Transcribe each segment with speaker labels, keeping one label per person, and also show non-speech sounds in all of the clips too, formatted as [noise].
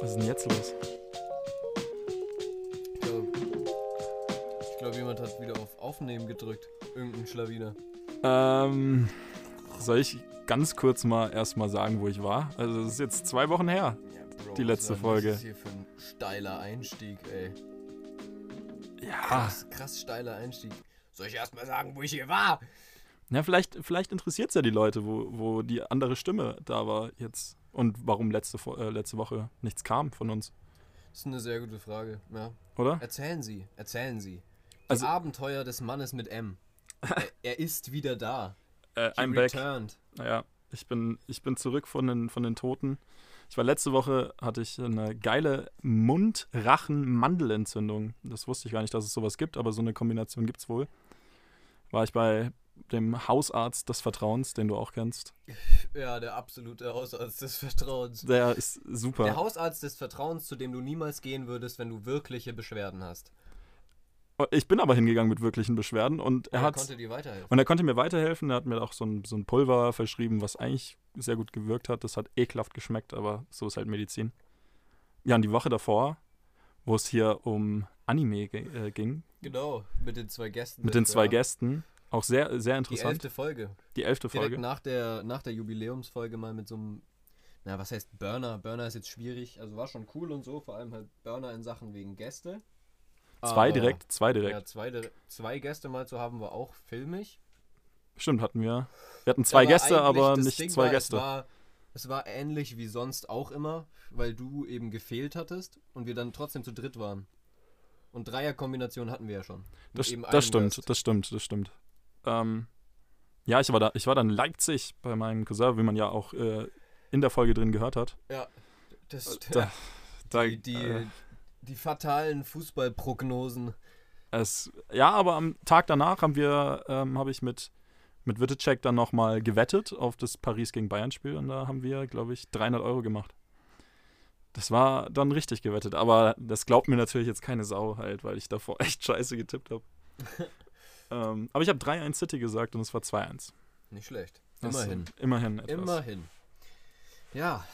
Speaker 1: Was ist denn jetzt los?
Speaker 2: Ich glaube, glaub, jemand hat wieder auf Aufnehmen gedrückt. Irgendein Schlawiner.
Speaker 1: Ähm, soll ich ganz kurz mal erstmal sagen, wo ich war? Also, es ist jetzt zwei Wochen her.
Speaker 2: Ja, Bro,
Speaker 1: Die letzte
Speaker 2: was war
Speaker 1: Folge.
Speaker 2: Das ist hier für ein steiler Einstieg, ey.
Speaker 1: Ja.
Speaker 2: Krass, krass steiler Einstieg. Soll ich erstmal sagen, wo ich hier war?
Speaker 1: Na, vielleicht, vielleicht interessiert es ja die Leute, wo, wo die andere Stimme da war jetzt. Und warum letzte, Fo- äh, letzte Woche nichts kam von uns,
Speaker 2: Das ist eine sehr gute Frage. Ja.
Speaker 1: oder?
Speaker 2: Erzählen Sie, erzählen Sie. Die
Speaker 1: Also-
Speaker 2: Abenteuer des Mannes mit M.
Speaker 1: [laughs]
Speaker 2: er, er ist wieder da.
Speaker 1: Äh,
Speaker 2: He
Speaker 1: I'm back.
Speaker 2: returned.
Speaker 1: Ja, ich bin, ich bin zurück von den, von den Toten. Ich war letzte Woche, hatte ich eine geile Mund-Rachen-Mandelentzündung. Das wusste ich gar nicht, dass es sobass gibt, aber so eine Kombination gibt es wohl. War ich bei dem Hausarzt des Vertrauens, den du auch kennst.
Speaker 2: Ja, der absolute Hausarzt des Vertrauens.
Speaker 1: Der ist super.
Speaker 2: Der Hausarzt des Vertrauens, zu dem du niemals gehen würdest, wenn du wirkliche Beschwerden hast.
Speaker 1: ich bin aber hingegangen mit wirklichen Beschwerden und er
Speaker 2: Er
Speaker 1: hat
Speaker 2: konnte dir weiterhelfen.
Speaker 1: und er konnte mir weiterhelfen. Er hat mir auch so ein, so ein Pulver verschrieben, was eigentlich sehr gut gewirkt hat. Das hat ekelhaft geschmeckt, aber so ist halt Medizin. Ja, und die Woche davor, wo es hier um Anime ge- äh, ging,
Speaker 2: Genau, mit den zwei Gästen.
Speaker 1: mit den
Speaker 2: das
Speaker 1: zwei
Speaker 2: wir haben.
Speaker 1: Gästen, auch sehr, sehr
Speaker 2: Die
Speaker 1: interessant.
Speaker 2: elfte Folge.
Speaker 1: Die elfte
Speaker 2: Direkt
Speaker 1: Folge.
Speaker 2: nach der, nach der Jubiläumsfolge mal mit so einem, na was heißt Burner? Burner ist jetzt schwierig, also war schon cool und so, vor allem halt Burner in Sachen wegen Gäste.
Speaker 1: Zwei
Speaker 2: Aber-
Speaker 1: direkt, zwei direkt.
Speaker 2: Ja, zwei, dir- zwei Gäste mal zu haben war auch filmig.
Speaker 1: Stimmt, hatten wir. Wir hatten zwei Gäste,
Speaker 2: eigentlich
Speaker 1: aber
Speaker 2: das
Speaker 1: nicht
Speaker 2: Ding
Speaker 1: zwei
Speaker 2: war,
Speaker 1: Gäste.
Speaker 2: Es war, es war ähnlich wie sonst auch immer, weil du eben gefehlt hattest und wir dann trotzdem zu dritt waren. Und Dreierkombinationen hatten wir ja schon. Mit
Speaker 1: Das,
Speaker 2: eben einem
Speaker 1: das stimmt,
Speaker 2: Gast.
Speaker 1: das stimmt, das stimmt. Ähm, ja, ich war, da, ich war dann in Leipzig bei meinem Cousin, wie man ja auch äh, in der Folge drin gehört hat.
Speaker 2: Ja, das,
Speaker 1: Da, da,
Speaker 2: die, die,
Speaker 1: äh,
Speaker 2: die fatalen Fußballprognosen.
Speaker 1: es, ja, aber am Tag danach haben wir, ähm, habe ich mit, mit Wittecek dann nochmal gewettet auf das Paris gegen Bayern-Spiel und da haben wir, glaube ich, 300 Euro gemacht. Das war dann richtig gewettet, aber das glaubt mir natürlich jetzt keine Sau halt, weil ich davor [laughs] echt scheiße getippt [laughs] habe. ähm, aber ich habe 3-1 City gesagt und es war 2-1.
Speaker 2: Nicht schlecht.
Speaker 1: Das-
Speaker 2: Immerhin.
Speaker 1: Immerhin etwas.
Speaker 2: Immerhin. Ja,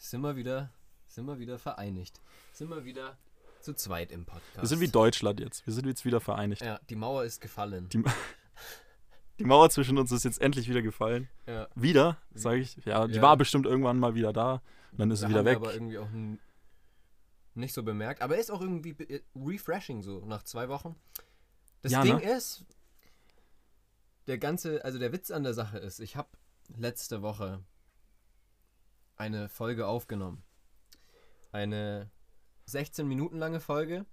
Speaker 2: sind wir wieder, sind wir wieder vereinigt. Sind wir wieder zu zweit im Podcast.
Speaker 1: Wir sind wie Deutschland jetzt. Wir sind jetzt wieder vereinigt.
Speaker 2: ja, die Mauer ist gefallen.
Speaker 1: Die- Die Mauer zwischen uns ist jetzt endlich wieder gefallen.
Speaker 2: ja.
Speaker 1: Wieder, sage ich. Ja, die
Speaker 2: Ja.
Speaker 1: war bestimmt irgendwann mal wieder da. Und dann ist sie
Speaker 2: Da
Speaker 1: wieder
Speaker 2: haben wir
Speaker 1: weg.
Speaker 2: Aber irgendwie auch n- nicht so bemerkt. Aber ist auch irgendwie be- äh, refreshing so nach zwei Wochen. Das
Speaker 1: Ja,
Speaker 2: Ding
Speaker 1: ne?
Speaker 2: ist, der ganze, also der Witz an der Sache ist, ich habe letzte Woche eine Folge aufgenommen. Eine 16 Minuten lange Folge,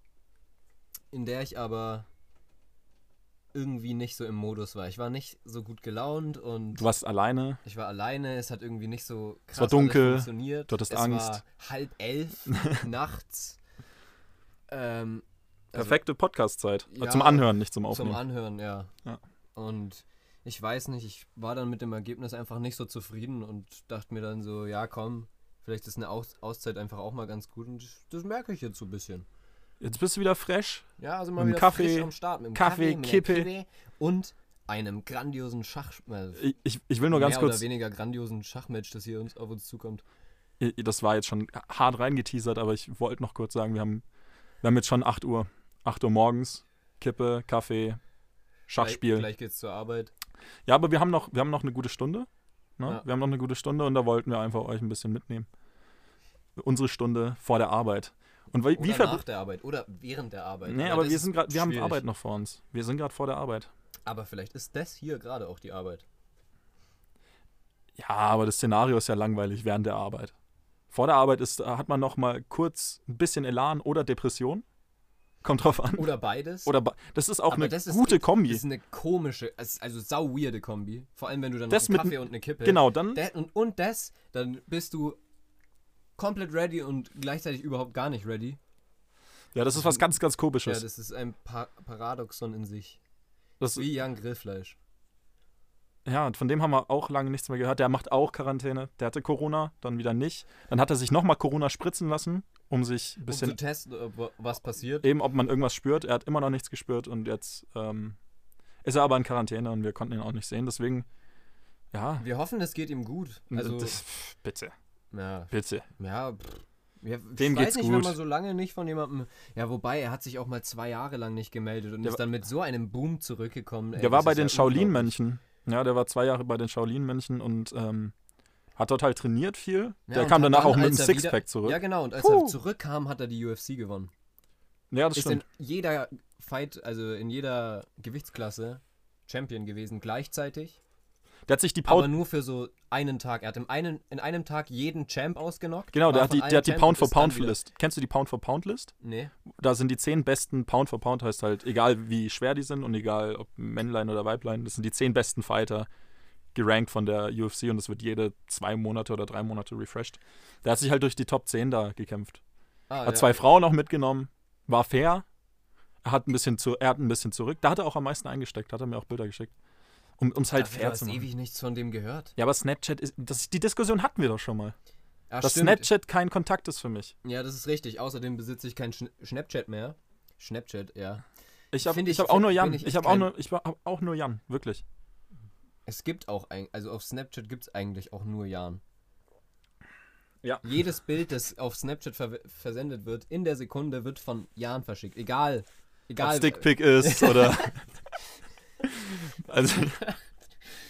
Speaker 2: in der ich aber irgendwie nicht so im Modus war. Ich war nicht so gut gelaunt und
Speaker 1: Du warst alleine.
Speaker 2: ich war alleine, es hat irgendwie nicht so krass
Speaker 1: war dunkel,
Speaker 2: alles funktioniert.
Speaker 1: du hattest
Speaker 2: es
Speaker 1: Angst.
Speaker 2: War halb elf
Speaker 1: [laughs]
Speaker 2: nachts. Ähm, also
Speaker 1: Perfekte Podcast-Zeit.
Speaker 2: Ja.
Speaker 1: zum Anhören, nicht zum Aufnehmen.
Speaker 2: Zum Anhören, ja.
Speaker 1: Ja.
Speaker 2: Und ich weiß nicht, ich war dann mit dem Ergebnis einfach nicht so zufrieden und dachte mir dann so, ja komm, vielleicht ist eine Aus Auszeit einfach auch mal ganz gut und das merke ich jetzt so ein bisschen.
Speaker 1: jetzt bist du wieder fresh.
Speaker 2: Ja, also mal
Speaker 1: Mit dem
Speaker 2: wieder
Speaker 1: Kaffee,
Speaker 2: frisch am Start mit dem
Speaker 1: Kaffee,
Speaker 2: Kaffee, mit der
Speaker 1: Kippe.
Speaker 2: und einem grandiosen Schach... Äh,
Speaker 1: Ich- Ich, ich will nur ganz
Speaker 2: mehr oder
Speaker 1: kurz.
Speaker 2: weniger grandiosen Schachmatch, das hier uns, auf uns zukommt.
Speaker 1: ich- Das war jetzt schon hart reingeteasert, aber ich wollte noch kurz sagen, wir haben, wir haben jetzt schon 8 Uhr. 8 Uhr morgens. Kippe, Kaffee, Schachspiel.
Speaker 2: Gleich, gleich geht's zur Arbeit.
Speaker 1: Ja, aber wir haben noch, wir haben noch eine gute Stunde. Ne?
Speaker 2: Ja.
Speaker 1: Wir haben noch eine gute Stunde und da wollten wir einfach euch ein bisschen mitnehmen. Unsere Stunde vor der Arbeit. Und wie,
Speaker 2: Oder
Speaker 1: wie verbr-
Speaker 2: nach der Arbeit oder während der Arbeit.
Speaker 1: Nee, aber
Speaker 2: das
Speaker 1: wir
Speaker 2: ist
Speaker 1: sind gerade, wir haben
Speaker 2: schwierig.
Speaker 1: Arbeit noch vor uns. Wir sind gerade vor der Arbeit.
Speaker 2: Aber vielleicht ist das hier gerade auch die Arbeit.
Speaker 1: Ja, aber das Szenario ist ja langweilig während der Arbeit. Vor der Arbeit ist, äh, hat man noch mal kurz ein bisschen Elan oder Depression. Kommt drauf an.
Speaker 2: Oder beides.
Speaker 1: Oder ba- das ist auch
Speaker 2: Aber
Speaker 1: eine
Speaker 2: das ist-
Speaker 1: gute
Speaker 2: das
Speaker 1: Kombi.
Speaker 2: ist eine komische, es ist also sau weirde Kombi. Vor allem, wenn du dann noch
Speaker 1: Das
Speaker 2: einen
Speaker 1: mit-
Speaker 2: Kaffee und eine Kippe.
Speaker 1: Genau, dann
Speaker 2: Da- und, und das, dann bist du komplett ready und gleichzeitig überhaupt gar nicht ready.
Speaker 1: ja, das ist was ganz ganz
Speaker 2: Ja,
Speaker 1: komisches.
Speaker 2: das ist ein pa Paradoxon in sich.
Speaker 1: Das,
Speaker 2: Wie Young Grillfleisch.
Speaker 1: Ja, und von dem haben wir auch lange nichts mehr gehört. Der macht auch Quarantäne. Der hatte Corona, dann wieder nicht. Dann hat er sich nochmal Corona spritzen lassen, um sich ein
Speaker 2: Um
Speaker 1: bisschen,
Speaker 2: zu testen, ob, was passiert.
Speaker 1: eben ob man irgendwas spürt. Er hat immer noch nichts gespürt und jetzt ähm, Ist er aber in Quarantäne und wir konnten ihn auch nicht sehen. Deswegen, ja,
Speaker 2: Wir hoffen, es geht ihm gut. Also,
Speaker 1: das, pff, bitte,
Speaker 2: ja,
Speaker 1: bitte.
Speaker 2: ja, pff. ja ich
Speaker 1: Dem
Speaker 2: weiß
Speaker 1: geht's
Speaker 2: nicht, wenn
Speaker 1: gut.
Speaker 2: man so lange nicht von jemandem. Ja, wobei, er hat sich auch mal zwei Jahre lang nicht gemeldet und
Speaker 1: Der
Speaker 2: ist
Speaker 1: war-
Speaker 2: dann mit so einem Boom zurückgekommen. ey,
Speaker 1: Der war
Speaker 2: das
Speaker 1: bei
Speaker 2: ist ja
Speaker 1: den
Speaker 2: unglaublich.
Speaker 1: Shaolin-Mönchen. Ja, der war zwei Jahre bei den Shaolin-Mönchen und ähm, hat dort halt trainiert viel.
Speaker 2: Ja,
Speaker 1: der
Speaker 2: und
Speaker 1: kam
Speaker 2: hat
Speaker 1: danach
Speaker 2: dann,
Speaker 1: auch mit einem
Speaker 2: als er wieder-
Speaker 1: Sixpack zurück.
Speaker 2: Ja,
Speaker 1: Ja,
Speaker 2: genau. Und als
Speaker 1: Puh.
Speaker 2: er zurückkam, hat er die UFC gewonnen.
Speaker 1: das
Speaker 2: ist
Speaker 1: stimmt.
Speaker 2: in jeder Fight, also in jeder Gewichtsklasse Champion gewesen, gleichzeitig.
Speaker 1: Der hat sich die
Speaker 2: Aber
Speaker 1: Pound,
Speaker 2: nur für so einen Tag. Er hat im einen, in einem Tag jeden Champ ausgenockt.
Speaker 1: genau, der
Speaker 2: war
Speaker 1: hat
Speaker 2: von
Speaker 1: die,
Speaker 2: einem
Speaker 1: der hat die
Speaker 2: Champ und
Speaker 1: Pound for
Speaker 2: ist dann
Speaker 1: Pound
Speaker 2: wieder-
Speaker 1: List. Kennst du die Pound for Pound List?
Speaker 2: Nee.
Speaker 1: Da sind die zehn besten Pound for Pound heißt halt, egal wie schwer die sind und egal ob Männlein oder Weiblein, das sind die zehn besten Fighter gerankt von der UFC und das wird jede zwei Monate oder drei Monate refreshed. Der hat sich halt durch die Top 10 da gekämpft.
Speaker 2: Ah,
Speaker 1: Hat
Speaker 2: ja.
Speaker 1: zwei Frauen auch mitgenommen. War fair. Er hat ein bisschen, zu, er hat ein bisschen zurück. Da hat er auch am meisten eingesteckt. Hat er mir auch Bilder geschickt. Um es halt
Speaker 2: Dafür
Speaker 1: fair
Speaker 2: hast
Speaker 1: zu machen.
Speaker 2: ewig nichts von dem gehört.
Speaker 1: Ja, aber Snapchat ist. Das, die Diskussion hatten wir doch schon mal.
Speaker 2: Ah,
Speaker 1: dass
Speaker 2: stimmt.
Speaker 1: Snapchat kein Kontakt ist für mich.
Speaker 2: Ja, das ist richtig. Außerdem besitze ich kein Schn Snapchat mehr. Snapchat, ja.
Speaker 1: Ich habe
Speaker 2: Find
Speaker 1: ich
Speaker 2: ich-
Speaker 1: hab auch nur Jan.
Speaker 2: find ich
Speaker 1: Ich, habe auch
Speaker 2: kein-
Speaker 1: nur, ich war- hab auch nur Jan, wirklich.
Speaker 2: Es gibt auch, ein, also auf Snapchat gibt es eigentlich auch nur Jan.
Speaker 1: Ja.
Speaker 2: Jedes Bild, das auf Snapchat ver versendet wird, in der Sekunde wird von Jan verschickt. Egal.
Speaker 1: Ob
Speaker 2: Egal. [laughs]
Speaker 1: Stickpick ist oder. also,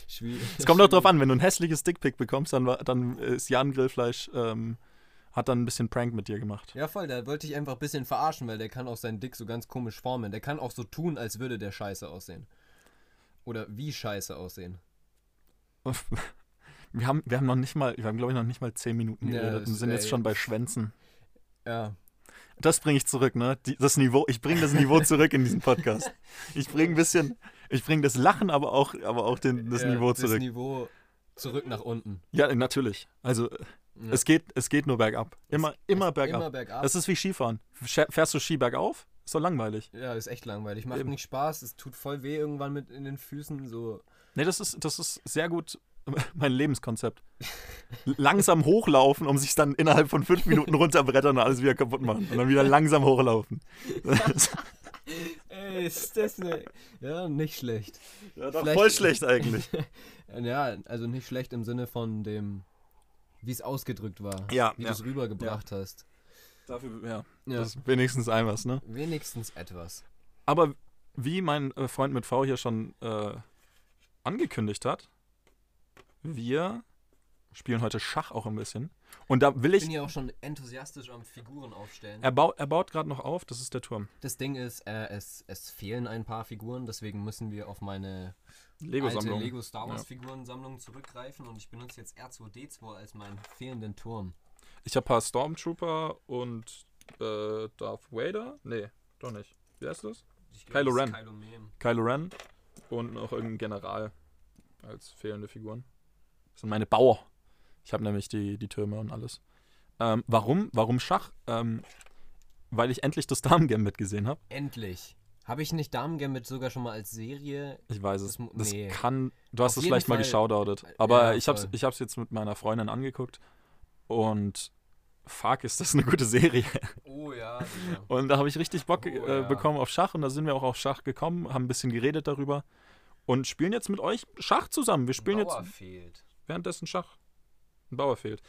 Speaker 2: Schwierig.
Speaker 1: es kommt auch drauf an, wenn du ein hässliches Dickpick bekommst, dann, war- dann äh, ist Jan Grillfleisch. Ähm, hat dann ein bisschen Prank mit dir gemacht.
Speaker 2: [laughs] Ja, voll, da wollte ich einfach ein bisschen verarschen, weil der kann auch seinen Dick so ganz komisch formen. Der kann auch so tun, als würde der scheiße aussehen. Oder wie scheiße aussehen.
Speaker 1: Wir haben, wir haben noch nicht mal, wir haben glaube ich noch nicht mal zehn Minuten
Speaker 2: Ja,
Speaker 1: geredet und
Speaker 2: das-
Speaker 1: sind
Speaker 2: ja,
Speaker 1: jetzt
Speaker 2: ja.
Speaker 1: schon bei Schwänzen.
Speaker 2: Ja.
Speaker 1: Das bringe ich zurück, ne? Die, das Niveau, ich bringe das Niveau zurück in diesen Podcast. Ich bringe ein bisschen, ich bringe das Lachen, aber auch, aber auch den, das
Speaker 2: ja,
Speaker 1: Niveau zurück.
Speaker 2: Das Niveau zurück nach unten.
Speaker 1: ja, natürlich. Also
Speaker 2: Ja.
Speaker 1: es geht, es geht nur bergab. Immer, immer bergab.
Speaker 2: Immer bergab.
Speaker 1: Das ist wie Skifahren. Sche- Fährst du Ski bergauf? Ist doch langweilig.
Speaker 2: ja, ist echt langweilig. Macht
Speaker 1: Eben.
Speaker 2: nicht Spaß. Es tut voll weh irgendwann mit in den Füßen. So.
Speaker 1: Nee, das ist, das ist sehr gut [laughs] mein Lebenskonzept. Langsam hochlaufen, um sich dann innerhalb von fünf [laughs] Minuten runterbrettern und alles wieder kaputt machen. Und dann wieder langsam hochlaufen.
Speaker 2: Ey, ist das ne. Ja, nicht schlecht.
Speaker 1: [laughs] ja, doch
Speaker 2: Vielleicht-
Speaker 1: voll schlecht eigentlich.
Speaker 2: Ja, also nicht schlecht im Sinne von dem, wie es ausgedrückt war.
Speaker 1: Ja,
Speaker 2: Wie
Speaker 1: ja.
Speaker 2: du es rübergebracht hast.
Speaker 1: [laughs] Dafür, ja.
Speaker 2: Ja.
Speaker 1: Das ist wenigstens ein was, ne?
Speaker 2: wenigstens etwas.
Speaker 1: Aber wie mein äh, Freund mit V hier schon äh, angekündigt hat, wir spielen heute Schach auch ein bisschen. Und da will
Speaker 2: Ich
Speaker 1: ich.
Speaker 2: bin ja auch schon enthusiastisch am Figuren aufstellen.
Speaker 1: Er, bau, er baut gerade noch auf, das ist der Turm.
Speaker 2: Das Ding ist, äh, es, es fehlen ein paar Figuren, deswegen müssen wir auf meine alte
Speaker 1: Lego-Sammlung.
Speaker 2: Lego Star Wars
Speaker 1: Ja.
Speaker 2: Figurensammlung zurückgreifen und ich benutze jetzt R2D2 als meinen fehlenden Turm.
Speaker 1: Ich habe ein paar Stormtrooper und äh, Darth Vader. Nee, doch nicht. Wie heißt das?
Speaker 2: Ich
Speaker 1: Kylo
Speaker 2: das ist
Speaker 1: Ren.
Speaker 2: Kylo Mem.
Speaker 1: Kylo Ren und noch irgendein General als fehlende Figuren. Das sind meine Bauer. Ich habe nämlich die, die Türme und alles. Ähm, warum? Warum Schach? Ähm, weil ich endlich das Damen-Gambit gesehen habe.
Speaker 2: Endlich. Habe ich nicht Damen Gambit sogar schon mal als Serie?
Speaker 1: Ich weiß es.
Speaker 2: Das mu-
Speaker 1: Das
Speaker 2: nee.
Speaker 1: kann. Du hast
Speaker 2: Auf
Speaker 1: es
Speaker 2: jeden
Speaker 1: vielleicht mal
Speaker 2: Fall-
Speaker 1: geschaudaudet.
Speaker 2: Ja,
Speaker 1: Aber ich habe es
Speaker 2: voll.
Speaker 1: ich hab's jetzt mit meiner Freundin angeguckt. Und fuck, ist das eine gute Serie.
Speaker 2: Oh ja. sicher.
Speaker 1: Und da habe ich richtig Bock
Speaker 2: Oh,
Speaker 1: äh,
Speaker 2: ja.
Speaker 1: bekommen auf Schach und da sind wir auch auf Schach gekommen, haben ein bisschen geredet darüber und spielen jetzt mit euch Schach zusammen. Wir spielen
Speaker 2: Bauer
Speaker 1: jetzt
Speaker 2: fehlt.
Speaker 1: währenddessen Schach. Ein Bauer fehlt.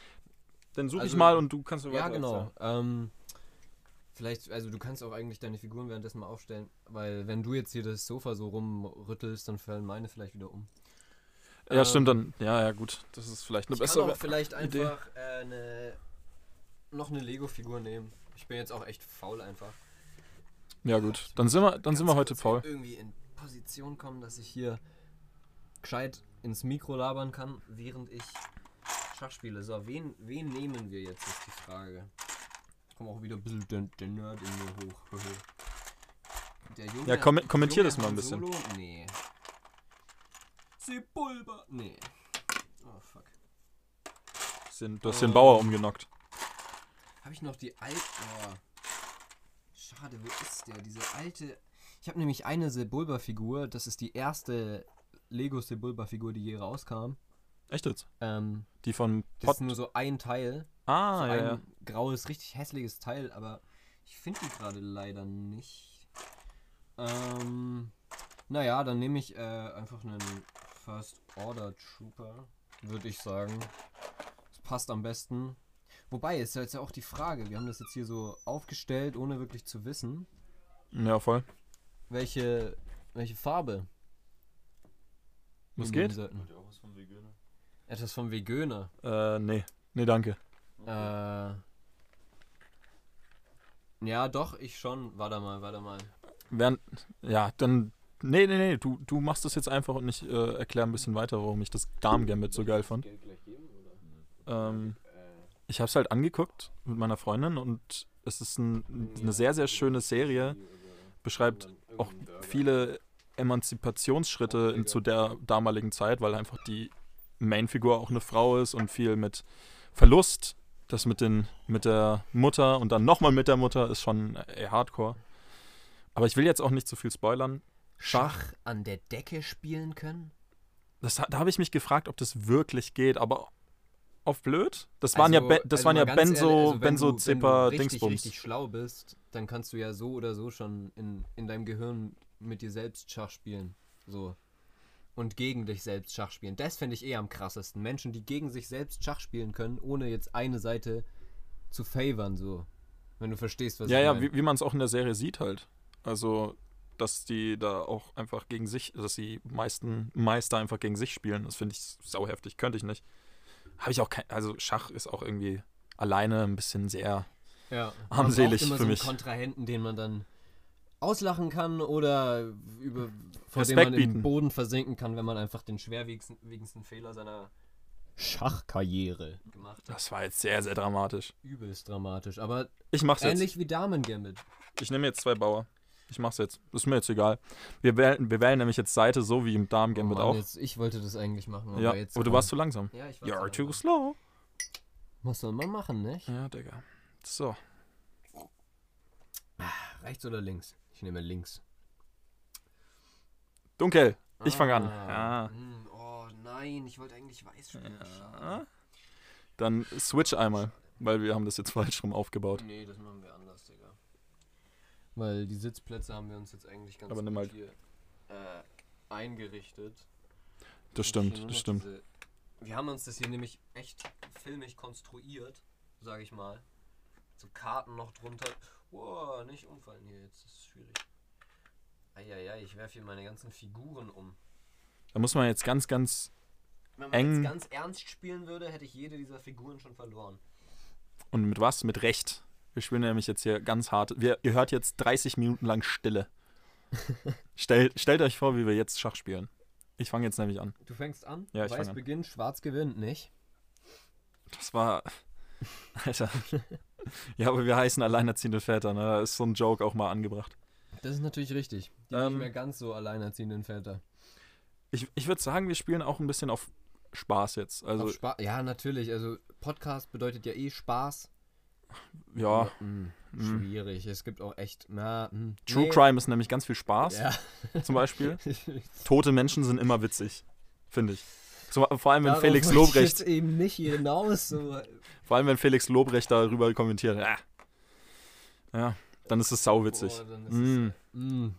Speaker 1: Dann suche ich
Speaker 2: Also-
Speaker 1: mal und du kannst mir
Speaker 2: Ja,
Speaker 1: weiter
Speaker 2: genau.
Speaker 1: erzählen.
Speaker 2: Ähm, vielleicht, also du kannst auch eigentlich deine Figuren währenddessen mal aufstellen, weil wenn du jetzt hier das Sofa so rumrüttelst, dann fallen meine vielleicht wieder um.
Speaker 1: Ja, stimmt
Speaker 2: Ähm,
Speaker 1: dann. Ja, ja, gut. Das ist vielleicht eine
Speaker 2: Ich kann
Speaker 1: bessere.
Speaker 2: auch vielleicht
Speaker 1: Idee.
Speaker 2: einfach äh, ne- noch eine Lego-Figur nehmen. Ich bin jetzt auch echt faul einfach.
Speaker 1: Ja, gut. Dann sind wir, dann sind wir
Speaker 2: Ganz
Speaker 1: heute
Speaker 2: kurz
Speaker 1: faul.
Speaker 2: Irgendwie in Position kommen, dass ich hier gescheit ins Mikro labern kann, während ich Schach spiele. So, wen, wen nehmen wir jetzt, ist die Frage. Komm auch wieder ein bisschen der, der Nerd in mir hoch. [laughs] Der Junge,
Speaker 1: Ja, kommen- kommentier das mal ein
Speaker 2: Han
Speaker 1: bisschen.
Speaker 2: Solo? Nee. Sepulba. Nee. Oh, fuck.
Speaker 1: Du hast den Bauer umgenockt.
Speaker 2: Habe ich noch die alte. Oh. Schade, wo ist der? Diese alte. Ich habe nämlich eine Sebulba-Figur. Das ist die erste Lego Sebulba-Figur, die je rauskam.
Speaker 1: Echt jetzt?
Speaker 2: Ähm,
Speaker 1: Die von
Speaker 2: das
Speaker 1: Pot.
Speaker 2: ist nur so ein Teil.
Speaker 1: Ah,
Speaker 2: so
Speaker 1: ja,
Speaker 2: ein
Speaker 1: ja.
Speaker 2: graues, richtig hässliches Teil, aber ich finde die gerade leider nicht. Ähm, Naja, dann nehme ich äh, einfach einen First Order Trooper, würde ich sagen. Das passt am besten. Wobei, ist ja jetzt ja auch die Frage, wir haben das jetzt hier so aufgestellt, ohne wirklich zu wissen,
Speaker 1: Ja, voll.
Speaker 2: welche, welche Farbe
Speaker 1: Was
Speaker 2: wir nehmen
Speaker 1: geht?
Speaker 2: sollten.
Speaker 3: auch was von Veganer?
Speaker 2: Etwas vom Vegöner.
Speaker 1: Äh, nee. Nee, danke.
Speaker 2: Äh, ja, doch, ich schon. Warte mal, warte mal.
Speaker 1: Während, ja, dann. Nee, nee, nee, du, du machst das jetzt einfach und ich äh, erkläre ein bisschen weiter, warum ich das Darmgambit so geil fand. Ähm, ich habe es halt angeguckt mit meiner Freundin und es ist ein, eine sehr, sehr schöne Serie. Beschreibt auch viele Emanzipationsschritte in, zu der damaligen Zeit, weil einfach die Mainfigur auch eine Frau ist und viel mit Verlust. Das mit, den, mit der Mutter und dann nochmal mit der Mutter ist schon eher hardcore. Aber ich will jetzt auch nicht zu viel spoilern.
Speaker 2: Schach an der Decke spielen können?
Speaker 1: Das, da habe ich mich gefragt, ob das wirklich geht, aber auf blöd? Das waren ja,
Speaker 2: Also-
Speaker 1: Be das
Speaker 2: also
Speaker 1: waren
Speaker 2: mal
Speaker 1: ja
Speaker 2: ganz ehrlich,
Speaker 1: Benzo,
Speaker 2: also wenn
Speaker 1: Benzo,
Speaker 2: du,
Speaker 1: Zipper,
Speaker 2: Wenn du richtig,
Speaker 1: Dingsbums.
Speaker 2: richtig schlau bist, dann kannst du ja so oder so schon in, in deinem Gehirn mit dir selbst Schach spielen. So. Und gegen dich selbst Schach spielen. Das finde ich eh am krassesten. Menschen, die gegen sich selbst Schach spielen können, ohne jetzt eine Seite zu favoren, so. Wenn du verstehst, was
Speaker 1: ja,
Speaker 2: ich
Speaker 1: ja,
Speaker 2: meine.
Speaker 1: wie, wie man es auch in der Serie sieht halt. Also, dass die da auch einfach gegen sich, dass die meisten Meister einfach gegen sich spielen, das finde ich sauheftig, könnte ich nicht. Habe ich auch kein, also Schach ist auch irgendwie alleine ein bisschen sehr,
Speaker 2: Ja.
Speaker 1: Armselig
Speaker 2: man braucht immer
Speaker 1: für
Speaker 2: so einen
Speaker 1: mich.
Speaker 2: Kontrahenten, den man dann auslachen kann oder über, vor
Speaker 1: Respekt
Speaker 2: dem man
Speaker 1: bieten.
Speaker 2: im Boden versinken kann, wenn man einfach den schwerwiegendsten Fehler seiner Schachkarriere gemacht hat.
Speaker 1: das war jetzt sehr, sehr dramatisch.
Speaker 2: Übelst dramatisch, aber
Speaker 1: Ich mach's jetzt.
Speaker 2: ähnlich wie Damen Gambit. Oh
Speaker 1: Ich nehme jetzt zwei Bauer. Ich mach's jetzt. Ist mir jetzt egal. Wir wählen, wir wählen nämlich jetzt Seite so wie im Damen-Gambit
Speaker 2: Oh Mann,
Speaker 1: auch.
Speaker 2: Jetzt, ich wollte das eigentlich machen, aber
Speaker 1: ja, aber
Speaker 2: jetzt.
Speaker 1: du warst zu langsam.
Speaker 2: Ja, ich war
Speaker 1: You're too
Speaker 2: zu langsam.
Speaker 1: slow.
Speaker 2: Was soll man machen, nicht?
Speaker 1: Ja, Digga. So.
Speaker 2: Rechts oder links? Ich nehme links.
Speaker 1: Dunkel. Ich fange an.
Speaker 2: Ah,
Speaker 1: Ja.
Speaker 2: mm, Oh nein, ich wollte eigentlich weiß spielen. Schade.
Speaker 1: Ja. Dann switch einmal, weil wir haben das jetzt falsch rum aufgebaut.
Speaker 2: Nee, das machen wir anders, Digga. Weil die Sitzplätze haben wir uns jetzt eigentlich ganz
Speaker 1: Aber nimm
Speaker 2: gut
Speaker 1: halt.
Speaker 2: hier äh, eingerichtet.
Speaker 1: Das
Speaker 2: Muss hier
Speaker 1: stimmt,
Speaker 2: nur
Speaker 1: das
Speaker 2: noch
Speaker 1: stimmt.
Speaker 2: Diese, wir haben uns das hier nämlich echt filmig konstruiert, sage ich mal. So Karten noch drunter. Wow, nicht umfallen hier, jetzt ist es schwierig. Eieiei, ich werfe hier meine ganzen Figuren um.
Speaker 1: Da muss man jetzt ganz, ganz.
Speaker 2: Wenn man
Speaker 1: Eng.
Speaker 2: jetzt ganz ernst spielen würde, hätte ich jede dieser Figuren schon verloren.
Speaker 1: Und mit was? Mit Recht. Wir spielen nämlich jetzt hier ganz hart. Wir, ihr hört jetzt 30 Minuten lang
Speaker 2: [laughs]
Speaker 1: Stille. stellt, stellt euch vor, wie wir jetzt Schach spielen. Ich fange jetzt nämlich an.
Speaker 2: Du fängst an,
Speaker 1: Ja, ich Weiß fang an.
Speaker 2: beginnt, schwarz gewinnt, nicht?
Speaker 1: Das war. [laughs] Alter. Ja, aber wir heißen alleinerziehende Väter, ne? Da ist so ein Joke auch mal angebracht.
Speaker 2: Das ist natürlich richtig. Die
Speaker 1: Ähm,
Speaker 2: nicht mehr ganz so alleinerziehenden Väter.
Speaker 1: Ich, ich würde sagen, wir spielen auch ein bisschen auf Spaß jetzt. Also,
Speaker 2: Auf Spa- ja, natürlich. Also Podcast bedeutet ja eh Spaß.
Speaker 1: ja.
Speaker 2: Hm,
Speaker 1: mm.
Speaker 2: schwierig. Es gibt auch echt. Na, hm,
Speaker 1: True
Speaker 2: nee.
Speaker 1: Crime ist nämlich ganz viel Spaß,
Speaker 2: Ja. [laughs]
Speaker 1: zum Beispiel. Tote Menschen sind immer witzig, finde ich. So, vor, allem, wenn
Speaker 2: Darauf
Speaker 1: Felix
Speaker 2: wollte ich
Speaker 1: Lobrecht,
Speaker 2: Jetzt eben nicht hinaus. So.
Speaker 1: vor allem, wenn Felix Lobrecht darüber kommentiert. Ah. Ja, dann ist es sauwitzig.
Speaker 2: Boah, dann ist
Speaker 1: Mm,
Speaker 2: Hm.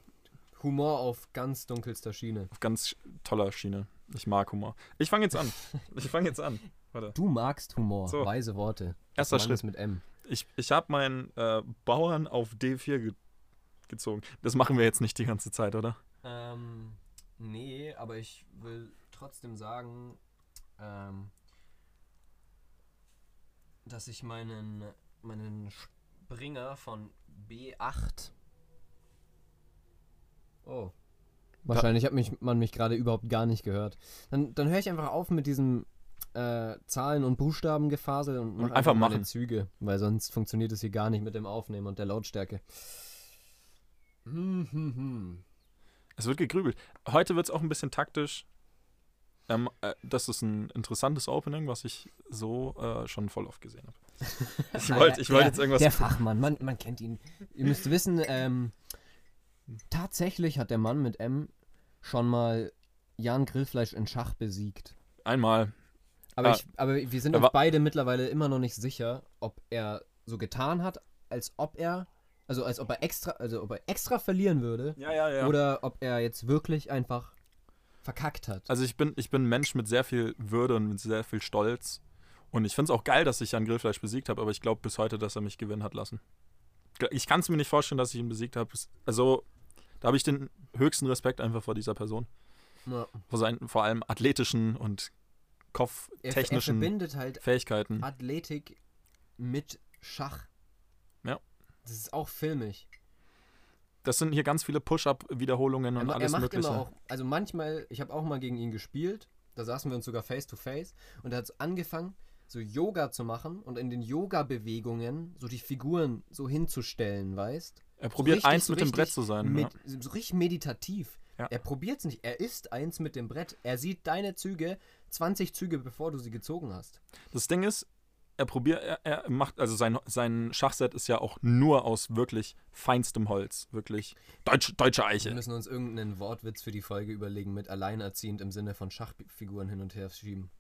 Speaker 2: Humor auf ganz dunkelster Schiene.
Speaker 1: auf ganz toller Schiene. Ich mag Humor. Ich fange jetzt an. Ich fange jetzt
Speaker 2: [laughs]
Speaker 1: an. Warte.
Speaker 2: Du magst Humor.
Speaker 1: So.
Speaker 2: Weise Worte.
Speaker 1: Erster
Speaker 2: Mann
Speaker 1: Schritt.
Speaker 2: ist mit M.
Speaker 1: Ich, ich habe meinen äh, Bauern auf D4 ge gezogen. Das machen wir jetzt nicht die ganze Zeit, oder?
Speaker 2: Ähm, nee, aber ich will trotzdem sagen, ähm, dass ich meinen, meinen Springer von B8. Oh. Wahrscheinlich hat mich, man mich gerade überhaupt gar nicht gehört. Dann, dann höre ich einfach auf mit diesem äh, Zahlen- und Buchstabengefasel und, mach
Speaker 1: einfach
Speaker 2: meine
Speaker 1: machen.
Speaker 2: Züge, weil sonst funktioniert es hier gar nicht mit dem Aufnehmen und der Lautstärke. Hm, hm, hm.
Speaker 1: Es wird gegrübelt. Heute wird es auch ein bisschen taktisch. Ähm, äh, das ist ein interessantes Opening, was ich so äh, schon voll oft gesehen habe. Ich
Speaker 2: Ah,
Speaker 1: wollte
Speaker 2: ja,
Speaker 1: ich wollte
Speaker 2: der-
Speaker 1: jetzt irgendwas.
Speaker 2: Der Fachmann, man, man kennt ihn. Ihr müsst wissen, ähm, tatsächlich hat der Mann mit M schon mal Jan Grillfleisch in Schach besiegt.
Speaker 1: Einmal.
Speaker 2: Aber,
Speaker 1: Ah.
Speaker 2: ich, aber wir sind
Speaker 1: Er
Speaker 2: uns
Speaker 1: war-
Speaker 2: beide mittlerweile immer noch nicht sicher, ob er so getan hat, als ob er Also als ob er extra, also ob er extra verlieren würde
Speaker 1: Ja, ja, ja.
Speaker 2: oder ob er jetzt wirklich einfach verkackt hat.
Speaker 1: also ich bin, ich bin ein Mensch mit sehr viel Würde und mit sehr viel Stolz. Und ich finde es auch geil, dass ich Jan Grillfleisch besiegt habe, aber ich glaube bis heute, dass er mich gewinnen hat lassen. Gl- Ich kann es mir nicht vorstellen, dass ich ihn besiegt habe. Es- Also, da habe ich den höchsten Respekt einfach vor dieser Person.
Speaker 2: Ja.
Speaker 1: Vor, seinen, vor allem athletischen und
Speaker 2: Er, er
Speaker 1: kopftechnischen
Speaker 2: verbindet halt
Speaker 1: Fähigkeiten.
Speaker 2: Athletik mit Schach.
Speaker 1: Ja.
Speaker 2: Das ist auch filmisch.
Speaker 1: Das sind hier ganz viele Push-Up-Wiederholungen und
Speaker 2: Er, ma- er
Speaker 1: alles
Speaker 2: macht
Speaker 1: Mögliche.
Speaker 2: immer auch, also manchmal, ich habe auch mal gegen ihn gespielt, da saßen wir uns sogar face to face und er hat angefangen, so Yoga zu machen und in den Yoga-Bewegungen so die Figuren so hinzustellen, weißt?
Speaker 1: er probiert
Speaker 2: richtig,
Speaker 1: eins mit dem
Speaker 2: richtig
Speaker 1: Brett zu sein.
Speaker 2: Med,
Speaker 1: ja.
Speaker 2: So richtig meditativ.
Speaker 1: Ja.
Speaker 2: Er probiert es nicht, er ist eins mit dem Brett. Er sieht deine Züge 20 Züge, bevor du sie gezogen hast.
Speaker 1: Das Ding ist, er probiert, er, er macht, also sein, sein Schachset ist ja auch nur aus wirklich feinstem Holz. Wirklich deutsche, deutsche
Speaker 2: Wir
Speaker 1: Eiche.
Speaker 2: müssen uns irgendeinen Wortwitz für die Folge überlegen mit alleinerziehend im Sinne von Schachfiguren hin und her schieben.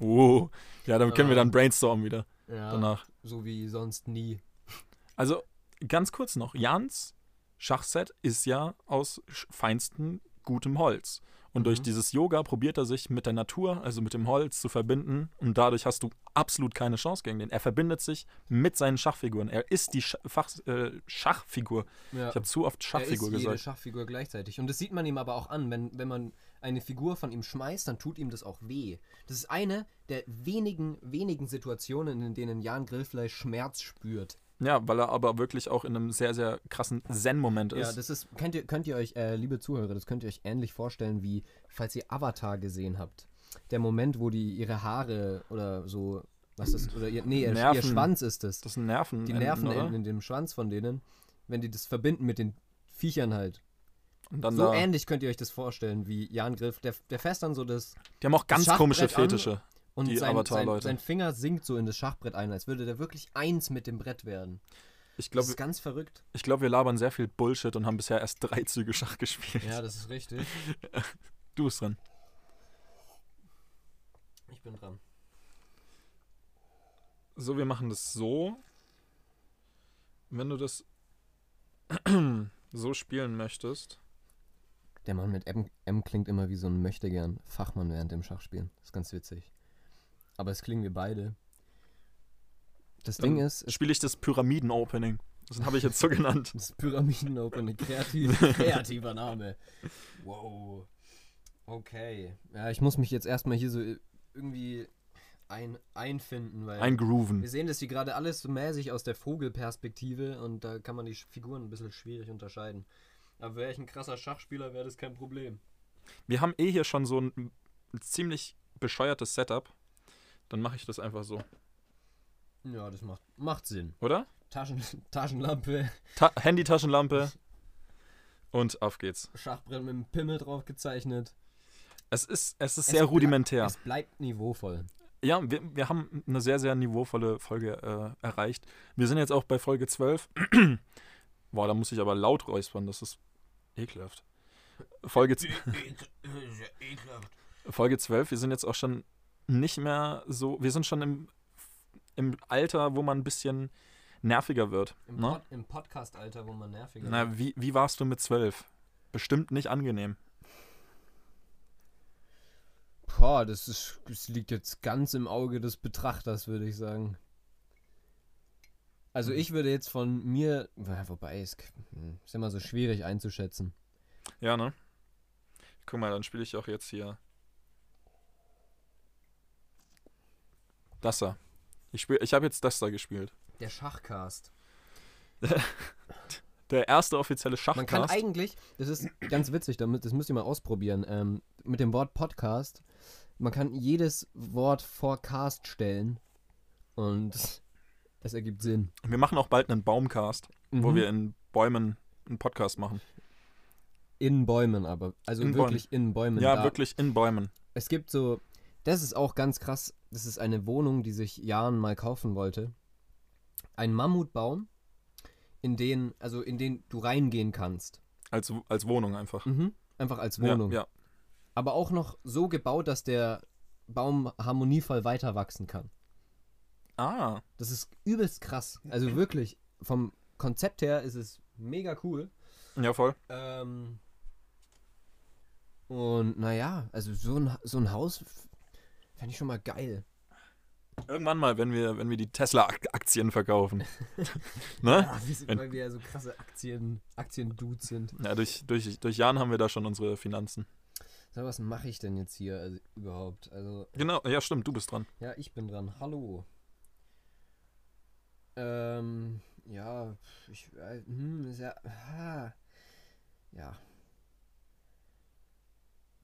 Speaker 1: Oh, ja, dann können wir
Speaker 2: Ah.
Speaker 1: dann brainstormen wieder
Speaker 2: Ja,
Speaker 1: danach.
Speaker 2: so wie sonst nie.
Speaker 1: Also ganz kurz noch: Jans Schachset ist ja aus sch- feinstem, gutem Holz. Und durch
Speaker 2: Mhm.
Speaker 1: dieses Yoga probiert er sich mit der Natur, also mit dem Holz, zu verbinden. Und dadurch hast du absolut keine Chance gegen den. Er verbindet sich mit seinen Schachfiguren. Er ist die Sch Fach äh, Schachfigur.
Speaker 2: Ja.
Speaker 1: Ich habe zu oft Schachfigur
Speaker 2: er ist jede
Speaker 1: gesagt.
Speaker 2: Schachfigur gleichzeitig. Und das sieht man ihm aber auch an. Wenn, wenn man eine Figur von ihm schmeißt, dann tut ihm das auch weh. Das ist eine der wenigen, wenigen Situationen, in denen Jan Grillfleisch Schmerz spürt.
Speaker 1: Ja, weil er aber wirklich auch in einem sehr, sehr krassen Zen-Moment
Speaker 2: Ja,
Speaker 1: ist.
Speaker 2: das ist, könnt ihr, könnt ihr euch, äh, liebe Zuhörer, das könnt ihr euch ähnlich vorstellen, wie, falls ihr Avatar gesehen habt. Der Moment, wo die ihre Haare oder so, was ist, oder ihr, nee, ihr, ihr
Speaker 1: Nerven.
Speaker 2: Schwanz ist es.
Speaker 1: das sind Nerven.
Speaker 2: die Nerven
Speaker 1: oder?
Speaker 2: in, in dem Schwanz von denen, wenn die das verbinden mit den Viechern halt.
Speaker 1: Und dann
Speaker 2: So
Speaker 1: da.
Speaker 2: ähnlich könnt ihr euch das vorstellen, wie Jan Griff, der, der fässt dann so das
Speaker 1: Die haben auch ganz
Speaker 2: Schachbrett
Speaker 1: komische
Speaker 2: an.
Speaker 1: Fetische.
Speaker 2: und
Speaker 1: Die
Speaker 2: sein, sein,
Speaker 1: Avatar-Leute.
Speaker 2: sein Finger sinkt so in das Schachbrett ein, als würde der wirklich eins mit dem Brett werden.
Speaker 1: Ich
Speaker 2: Das
Speaker 1: glaube,
Speaker 2: ist ganz verrückt.
Speaker 1: ich glaub, wir labern sehr viel Bullshit und haben bisher erst [laughs] drei Züge Schach gespielt.
Speaker 2: Ja, das ist richtig.
Speaker 1: Du bist dran.
Speaker 2: Ich bin dran.
Speaker 1: So, wir machen das so. Wenn du das [clears throat] so spielen möchtest.
Speaker 2: Der Mann mit M, M klingt immer wie so ein Möchtegern Fachmann während dem Schachspielen. Das ist ganz witzig. Aber es klingen wir beide. Das
Speaker 1: Dann
Speaker 2: Ding ist, es
Speaker 1: Spiele ich das Pyramiden-Opening. Das habe ich jetzt so [laughs] genannt.
Speaker 2: Das Pyramiden-Opening,
Speaker 1: [laughs]
Speaker 2: kreativ, kreativer Name. Wow. Okay. Ja, ich muss mich jetzt erstmal hier so irgendwie ein, einfinden, weil
Speaker 1: Ein Grooven.
Speaker 2: wir sehen das hier gerade alles so mäßig aus der Vogelperspektive und da kann man die Sch- Figuren ein bisschen schwierig unterscheiden. Aber wäre ich ein krasser Schachspieler, wäre das kein Problem.
Speaker 1: Wir haben eh hier schon so ein, ein ziemlich bescheuertes Setup. Dann mache ich das einfach so,
Speaker 2: Ja, das macht, macht Sinn.
Speaker 1: oder?
Speaker 2: Taschen, [laughs] Taschenlampe,
Speaker 1: Ta Handy-Taschenlampe. Und auf geht's.
Speaker 2: Schachbrett mit einem Pimmel drauf gezeichnet.
Speaker 1: Es ist, es ist
Speaker 2: Es
Speaker 1: sehr
Speaker 2: blei-
Speaker 1: rudimentär.
Speaker 2: Es
Speaker 1: [laughs]
Speaker 2: bleibt niveauvoll.
Speaker 1: ja, wir, wir haben eine sehr, sehr niveauvolle Folge äh, erreicht. Wir sind jetzt auch bei Folge 12. [clears throat] Boah, da muss ich aber laut räuspern, das ist ekelhaft. Folge, z- Folge 12, wir sind jetzt auch schon nicht mehr so, wir sind schon im, im Alter, wo man ein bisschen nerviger wird.
Speaker 2: Im,
Speaker 1: ne?
Speaker 2: Pod, im Podcast-Alter, wo man nerviger wird.
Speaker 1: Na, wie, wie warst du mit 12? Bestimmt nicht angenehm.
Speaker 2: Boah, das, ist, das liegt jetzt ganz im Auge des Betrachters, würde ich sagen. Also ich würde jetzt von mir, ja, wobei es hm, ist immer so schwierig einzuschätzen.
Speaker 1: Ja, ne? Guck mal, dann spiele ich auch jetzt hier. Das da. Ich, spiel- ich habe jetzt das da gespielt.
Speaker 2: Der Schachcast.
Speaker 1: Der erste offizielle
Speaker 2: Man kann
Speaker 1: Schachcast.
Speaker 2: eigentlich, das [clears throat] ist ganz witzig, damit, das müsst ihr mal ausprobieren, ähm, mit dem Wort Podcast, man kann jedes Wort vor Cast stellen und [laughs] es ergibt Sinn.
Speaker 1: Wir machen auch bald einen Baumcast, wo
Speaker 2: Mhm.
Speaker 1: wir in Bäumen einen Podcast machen.
Speaker 2: in Bäumen aber, also
Speaker 1: In Bäumen.
Speaker 2: wirklich in Bäumen.
Speaker 1: Ja,
Speaker 2: da-
Speaker 1: wirklich in Bäumen.
Speaker 2: Es gibt so, das ist auch ganz krass. Das ist eine Wohnung, die sich Jan mal kaufen wollte. Ein Mammutbaum, in den, also in den du reingehen kannst.
Speaker 1: Als, als Wohnung einfach.
Speaker 2: Mhm. Einfach als Wohnung.
Speaker 1: Ja, ja.
Speaker 2: Aber auch noch so gebaut, dass der Baum harmonievoll weiter wachsen kann.
Speaker 1: Ah,
Speaker 2: Das ist übelst krass. Also wirklich vom Konzept her ist es mega cool.
Speaker 1: Ja, voll.
Speaker 2: Ähm, und naja, also so ein, so ein Haus fände ich schon mal geil.
Speaker 1: Irgendwann mal, wenn wir, wenn wir die Tesla-Aktien
Speaker 2: [laughs]
Speaker 1: verkaufen. ne?
Speaker 2: Ah, wir sind,
Speaker 1: Wenn-
Speaker 2: weil wir ja so krasse Aktien, Aktien-Dudes sind.
Speaker 1: Ja, durch, durch, durch Jan haben wir da schon unsere Finanzen.
Speaker 2: So, was mache ich denn jetzt hier also, überhaupt? Also,
Speaker 1: Genau, ja, stimmt, du bist dran.
Speaker 2: ja, ich bin dran. Hallo. Ähm, ja, ich, äh, hm, ist ja, ah, ja.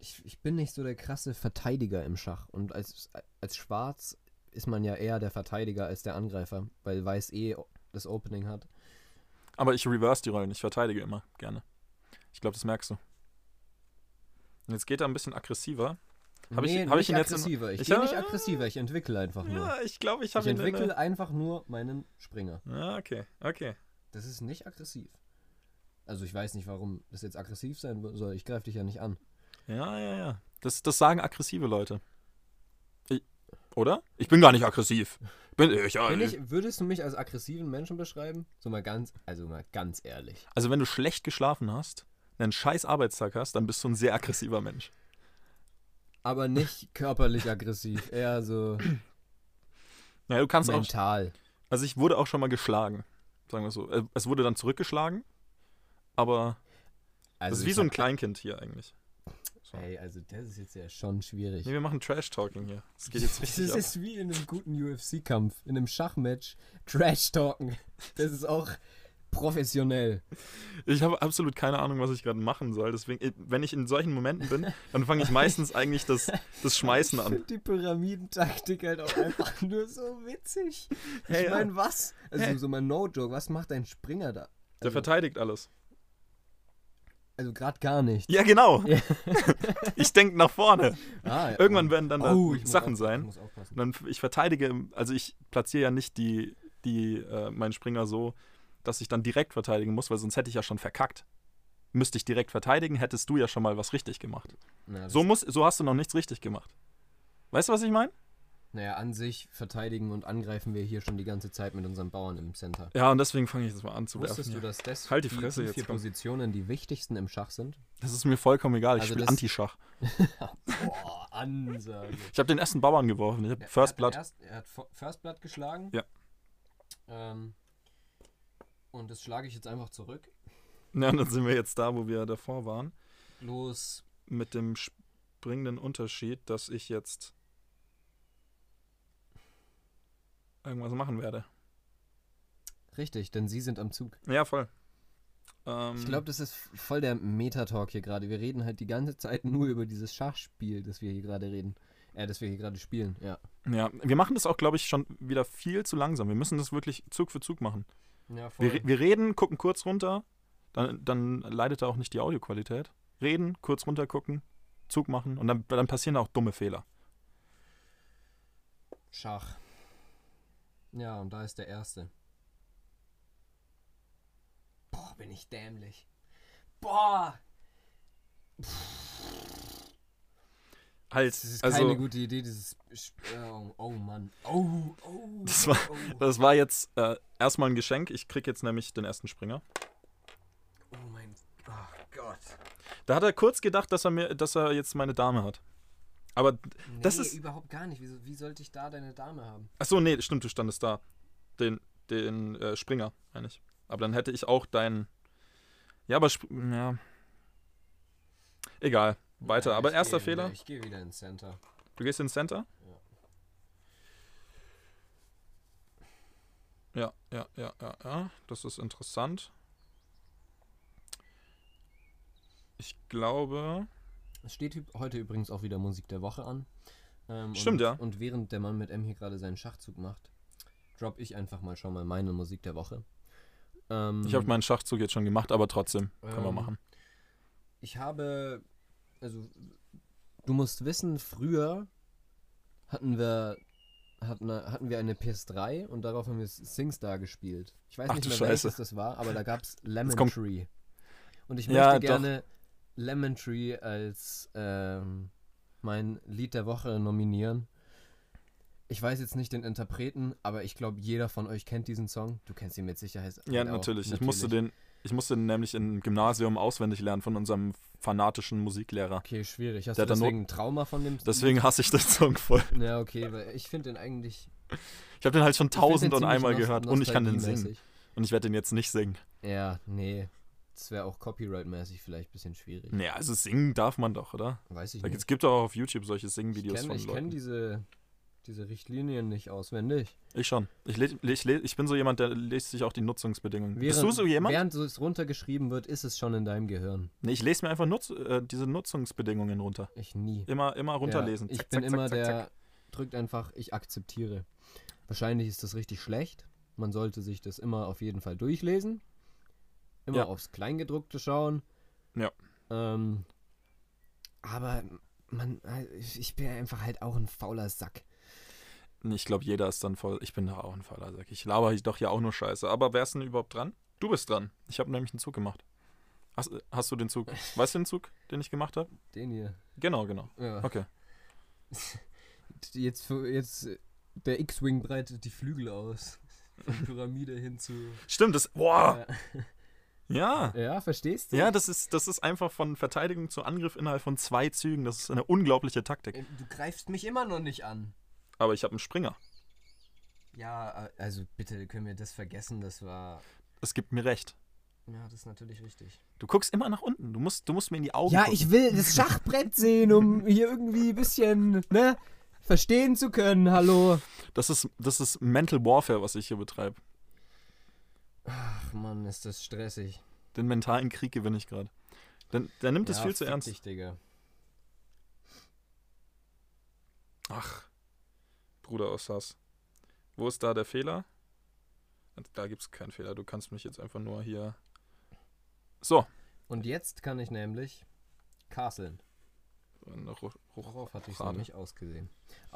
Speaker 2: Ich, ich bin nicht so der krasse Verteidiger im Schach. Und als, als Schwarz ist man ja eher der Verteidiger als der Angreifer, weil Weiß eh das Opening hat.
Speaker 1: Aber ich reverse die Rollen, ich verteidige immer gerne. Ich glaube, das merkst du. Und jetzt geht er ein bisschen aggressiver. Hab ich- hab ich
Speaker 2: nicht
Speaker 1: ihn jetzt in-
Speaker 2: aggressiver. Ich,
Speaker 1: Ich
Speaker 2: gehe
Speaker 1: hab-
Speaker 2: nicht aggressiver, ich entwickle einfach nur.
Speaker 1: Ja, ich glaube, ich
Speaker 2: ich
Speaker 1: habe ihn. in
Speaker 2: entwickle
Speaker 1: der-
Speaker 2: einfach nur meinen Springer.
Speaker 1: Ja, okay, okay.
Speaker 2: Das ist nicht aggressiv. Also ich weiß nicht, warum das jetzt aggressiv sein soll. Ich greife dich ja nicht an.
Speaker 1: Ja, ja, ja. Das, das sagen aggressive Leute. Ich, oder? Ich bin gar nicht aggressiv. Bin ich, ja,
Speaker 2: Bin ich, würdest du mich als aggressiven Menschen beschreiben? So mal ganz, also mal ganz ehrlich.
Speaker 1: Also wenn du schlecht geschlafen hast, einen scheiß Arbeitstag hast, dann bist du ein sehr aggressiver Mensch. [laughs]
Speaker 2: Aber nicht körperlich aggressiv, eher so
Speaker 1: Ja, du kannst auch.
Speaker 2: mental.
Speaker 1: Also ich wurde auch schon mal geschlagen. Sagen wir so. Äh, Es wurde dann zurückgeschlagen, aber
Speaker 2: Also
Speaker 1: das ist wie
Speaker 2: ich
Speaker 1: so ein
Speaker 2: hab-
Speaker 1: Kleinkind hier eigentlich.
Speaker 2: Ey, also das ist jetzt ja schon schwierig.
Speaker 1: Nee, wir machen Trash-Talking hier. Das geht [laughs] jetzt
Speaker 2: Das
Speaker 1: richtig ab.
Speaker 2: ist wie in einem guten UFC-Kampf, in einem Schachmatch. Trash-Talken. Das ist auch professionell.
Speaker 1: Ich habe absolut keine Ahnung, was ich gerade machen soll. Deswegen, äh, wenn ich in solchen Momenten bin, dann fange ich meistens eigentlich das, das Schmeißen
Speaker 2: Ich
Speaker 1: an.
Speaker 2: finde die Pyramidentaktik halt auch einfach [laughs] nur so witzig.
Speaker 1: Hey,
Speaker 2: ich
Speaker 1: ja.
Speaker 2: meine, was? Also
Speaker 1: Hey.
Speaker 2: so mal No-Joke, was macht dein Springer da?
Speaker 1: Der
Speaker 2: Also,
Speaker 1: verteidigt alles.
Speaker 2: also gerade gar nicht.
Speaker 1: Ja, genau.
Speaker 2: Ja.
Speaker 1: [laughs] Ich denke nach vorne.
Speaker 2: Ah, ja.
Speaker 1: Irgendwann werden dann da
Speaker 2: Oh, ich muss
Speaker 1: Sachen
Speaker 2: aufpassen, ich
Speaker 1: sein.
Speaker 2: muss aufpassen.
Speaker 1: Und dann, f- ich verteidige, im- also ich platziere ja nicht die, die, äh, meinen Springer so, dass ich dann direkt verteidigen muss, weil sonst hätte ich ja schon verkackt. Müsste ich direkt verteidigen, hättest du ja schon mal was richtig gemacht.
Speaker 2: Na, das-
Speaker 1: So, muss, so hast du noch nichts richtig gemacht. Weißt du, was ich meine?
Speaker 2: Naja, an sich verteidigen und angreifen wir hier schon die ganze Zeit mit unseren Bauern im Center.
Speaker 1: Ja, und deswegen fange ich jetzt mal an zu werfen.
Speaker 2: Wusstest
Speaker 1: hier.
Speaker 2: du, dass das
Speaker 1: Halt die
Speaker 2: die
Speaker 1: Fresse
Speaker 2: die
Speaker 1: jetzt,
Speaker 2: vier
Speaker 1: komm.
Speaker 2: Positionen die wichtigsten im Schach sind? [laughs]
Speaker 1: Das ist mir vollkommen egal. Ich
Speaker 2: Also
Speaker 1: spiele
Speaker 2: das-
Speaker 1: Antischach.
Speaker 2: Boah, Ansage.
Speaker 1: Ich habe den ersten Bauern geworfen. Ich habe
Speaker 2: Ja,
Speaker 1: [laughs] First
Speaker 2: er hat
Speaker 1: Blood.
Speaker 2: den Erst, er hat Fo- First Blood geschlagen.
Speaker 1: Ja.
Speaker 2: Ähm, und das schlage ich jetzt einfach zurück.
Speaker 1: Ja, und dann sind wir jetzt da, wo wir davor waren.
Speaker 2: Los.
Speaker 1: Mit dem springenden Unterschied, dass ich jetzt irgendwas machen werde.
Speaker 2: Richtig, denn sie sind am Zug.
Speaker 1: Ja, voll. Ähm,
Speaker 2: Ich glaube, das ist voll der Metatalk hier gerade. Wir reden halt die ganze Zeit nur über dieses Schachspiel, das wir hier gerade reden. Äh, das wir hier gerade spielen, ja.
Speaker 1: Ähm, Ja, wir machen das auch, glaube ich, schon wieder viel zu langsam. Wir müssen das wirklich Zug für Zug machen.
Speaker 2: Ja, voll.
Speaker 1: Wir, re- wir reden, gucken kurz runter, dann, dann leidet da auch nicht die Audioqualität. Reden, kurz runter gucken, Zug machen und dann, dann passieren auch dumme Fehler.
Speaker 2: Schach. Ja, und da ist der erste. Boah, bin ich dämlich. Boah!
Speaker 1: Halt,
Speaker 2: Das ist
Speaker 1: also,
Speaker 2: keine gute Idee, dieses. Sp- äh, Oh, oh Mann. Oh, oh.
Speaker 1: Das war-
Speaker 2: oh,
Speaker 1: das war jetzt äh, erstmal ein Geschenk. Ich krieg jetzt nämlich den ersten Springer.
Speaker 2: oh mein oh Gott.
Speaker 1: Da hat er kurz gedacht, dass er mir, dass er jetzt meine Dame hat. Aber,
Speaker 2: Nee,
Speaker 1: Das ist-
Speaker 2: überhaupt gar nicht. Wie, wie sollte ich da deine Dame haben?
Speaker 1: ach so, nee, stimmt, du standest da. Den, den äh, Springer, meine ich. Aber dann hätte ich auch deinen. Ja, aber, Sp- ja. Egal, weiter.
Speaker 2: Ja,
Speaker 1: aber
Speaker 2: ich
Speaker 1: erster
Speaker 2: geh wieder-
Speaker 1: Fehler,
Speaker 2: Ich gehe wieder ins Center.
Speaker 1: du gehst ins Center? Ja, ja, ja, ja, ja. Das ist interessant. Ich glaube.
Speaker 2: Es steht üb- heute übrigens auch wieder Musik der Woche an. Ähm,
Speaker 1: Stimmt,
Speaker 2: und,
Speaker 1: ja.
Speaker 2: Und während der Mann mit M hier gerade seinen Schachzug macht, drop ich einfach mal schon mal meine Musik der Woche. Ähm,
Speaker 1: Ich habe meinen Schachzug jetzt schon gemacht, aber trotzdem können wir
Speaker 2: Ähm,
Speaker 1: machen.
Speaker 2: ich habe, also du musst wissen, früher hatten wir hatten, hatten wir eine PS3 und darauf haben wir SingStar gespielt. Ich weiß
Speaker 1: Ach
Speaker 2: nicht
Speaker 1: du
Speaker 2: mehr
Speaker 1: Scheiße.
Speaker 2: welches das war, aber da gab es Lemon
Speaker 1: kommt-
Speaker 2: Tree. Und ich möchte
Speaker 1: Ja, doch.
Speaker 2: gerne Lemon Tree als ähm, mein Lied der Woche nominieren. Ich weiß jetzt nicht den Interpreten, aber ich glaube, jeder von euch kennt diesen Song. Du kennst ihn mit Sicherheit.
Speaker 1: Ja,
Speaker 2: auch.
Speaker 1: natürlich. Ich musste den, ich musste den nämlich im Gymnasium auswendig lernen von unserem fanatischen Musiklehrer.
Speaker 2: Okay, schwierig. Hast
Speaker 1: Der
Speaker 2: du
Speaker 1: hat dann
Speaker 2: deswegen ein Trauma von dem?
Speaker 1: Deswegen hasse ich den Song voll.
Speaker 2: Ja, okay, weil ich finde den eigentlich.
Speaker 1: Ich habe den halt schon
Speaker 2: ich find den
Speaker 1: tausend und
Speaker 2: ziemlich
Speaker 1: einmal
Speaker 2: nos-
Speaker 1: gehört und ich kann den singen.
Speaker 2: nostalgiemäßig.
Speaker 1: Und ich werde den jetzt nicht singen.
Speaker 2: Ja, nee. Das wäre auch copyright-mäßig vielleicht ein bisschen schwierig.
Speaker 1: Naja, also singen darf man doch, oder?
Speaker 2: Weiß ich
Speaker 1: Da-
Speaker 2: nicht.
Speaker 1: Es gibt doch auch auf YouTube solche
Speaker 2: Ich
Speaker 1: Singvideos
Speaker 2: kenne
Speaker 1: von
Speaker 2: ich kenn
Speaker 1: Leuten.
Speaker 2: diese, diese Richtlinien nicht auswendig.
Speaker 1: Ich schon. Ich, le- ich, le- ich bin so jemand, der liest sich auch die Nutzungsbedingungen. Bist
Speaker 2: Während-
Speaker 1: du so jemand?
Speaker 2: Während so es runtergeschrieben wird, ist es schon in deinem Gehirn.
Speaker 1: Nee, ich lese mir einfach Nutz, äh, diese Nutzungsbedingungen runter.
Speaker 2: Ich nie.
Speaker 1: Immer, immer runterlesen.
Speaker 2: Ja, ich
Speaker 1: Zack,
Speaker 2: bin
Speaker 1: zack,
Speaker 2: immer
Speaker 1: zack, zack,
Speaker 2: der,
Speaker 1: zack.
Speaker 2: drückt einfach, ich akzeptiere. Wahrscheinlich ist das richtig schlecht. Man sollte sich das immer auf jeden Fall durchlesen. Immer
Speaker 1: Ja.
Speaker 2: aufs Kleingedruckte schauen.
Speaker 1: Ja.
Speaker 2: Ähm, aber man, ich ich bin einfach halt auch ein fauler Sack.
Speaker 1: Nee, Ich glaube, jeder ist dann voll. Ich bin da auch ein Faller, sag ich. Ich laber hier doch hier auch nur Scheiße. Aber wer ist denn überhaupt dran? Du bist dran. Ich habe nämlich einen Zug gemacht. Hast, hast du den
Speaker 2: [laughs]
Speaker 1: Zug? Weißt du den Zug, den ich gemacht habe?
Speaker 2: Den hier.
Speaker 1: Genau, genau.
Speaker 2: Ja.
Speaker 1: Okay.
Speaker 2: Jetzt, für- jetzt äh, der X-Wing breitet die Flügel aus. Von Pyramide hin zu.
Speaker 1: Stimmt, das. Boah!
Speaker 2: Ja.
Speaker 1: Ja!
Speaker 2: Ja, verstehst du?
Speaker 1: Ah! Ja, das ist, das ist einfach von Verteidigung zu Angriff innerhalb von zwei Zügen. Das ist eine unglaubliche Taktik.
Speaker 2: Du greifst mich immer noch nicht an.
Speaker 1: Aber ich habe einen Springer.
Speaker 2: Ja, also bitte können wir das vergessen. Das war.
Speaker 1: Es gibt mir recht.
Speaker 2: Ja, das ist natürlich richtig.
Speaker 1: Du guckst immer nach unten. Du musst, du musst mir in die Augen
Speaker 2: Ja,
Speaker 1: gucken.
Speaker 2: ich will das Schachbrett sehen, um hier irgendwie ein bisschen, ne? Verstehen zu können, hallo.
Speaker 1: Das ist, das ist Mental Warfare, was ich hier betreibe.
Speaker 2: Ach Mann, ist das stressig.
Speaker 1: Den mentalen Krieg gewinne ich gerade. Denn der nimmt es
Speaker 2: Ja,
Speaker 1: viel zu
Speaker 2: fick
Speaker 1: ernst.
Speaker 2: Dich, Digga.
Speaker 1: Ach, Bruder aus Hass. Wo ist da der Fehler? Also, Da gibt es keinen Fehler. Du kannst mich jetzt einfach nur hier. So.
Speaker 2: Und jetzt kann ich nämlich casteln. Darauf hatte ich es
Speaker 1: Schade.
Speaker 2: nämlich ausgesehen.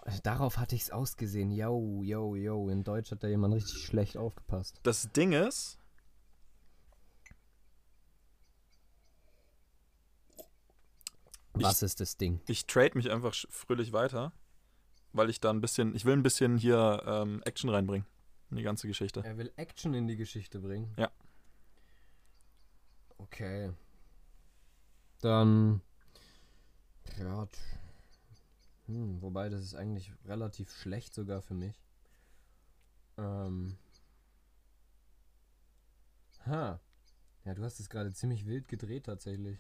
Speaker 2: Äh, Darauf hatte ich es ausgesehen. Yo, yo, yo. In Deutsch hat da jemand richtig schlecht aufgepasst.
Speaker 1: Das Ding ist. Ich-
Speaker 2: Was ist das Ding?
Speaker 1: ich trade mich einfach sch- fröhlich weiter, weil ich da ein bisschen, ich will ein bisschen hier ähm, Action reinbringen in die ganze Geschichte.
Speaker 2: Er will Action in die Geschichte bringen.
Speaker 1: Ja.
Speaker 2: Okay. Dann. Ja. t- Hm, wobei, das ist eigentlich relativ schlecht sogar für mich. Ähm. Ha. Ja, du hast es gerade ziemlich wild gedreht tatsächlich.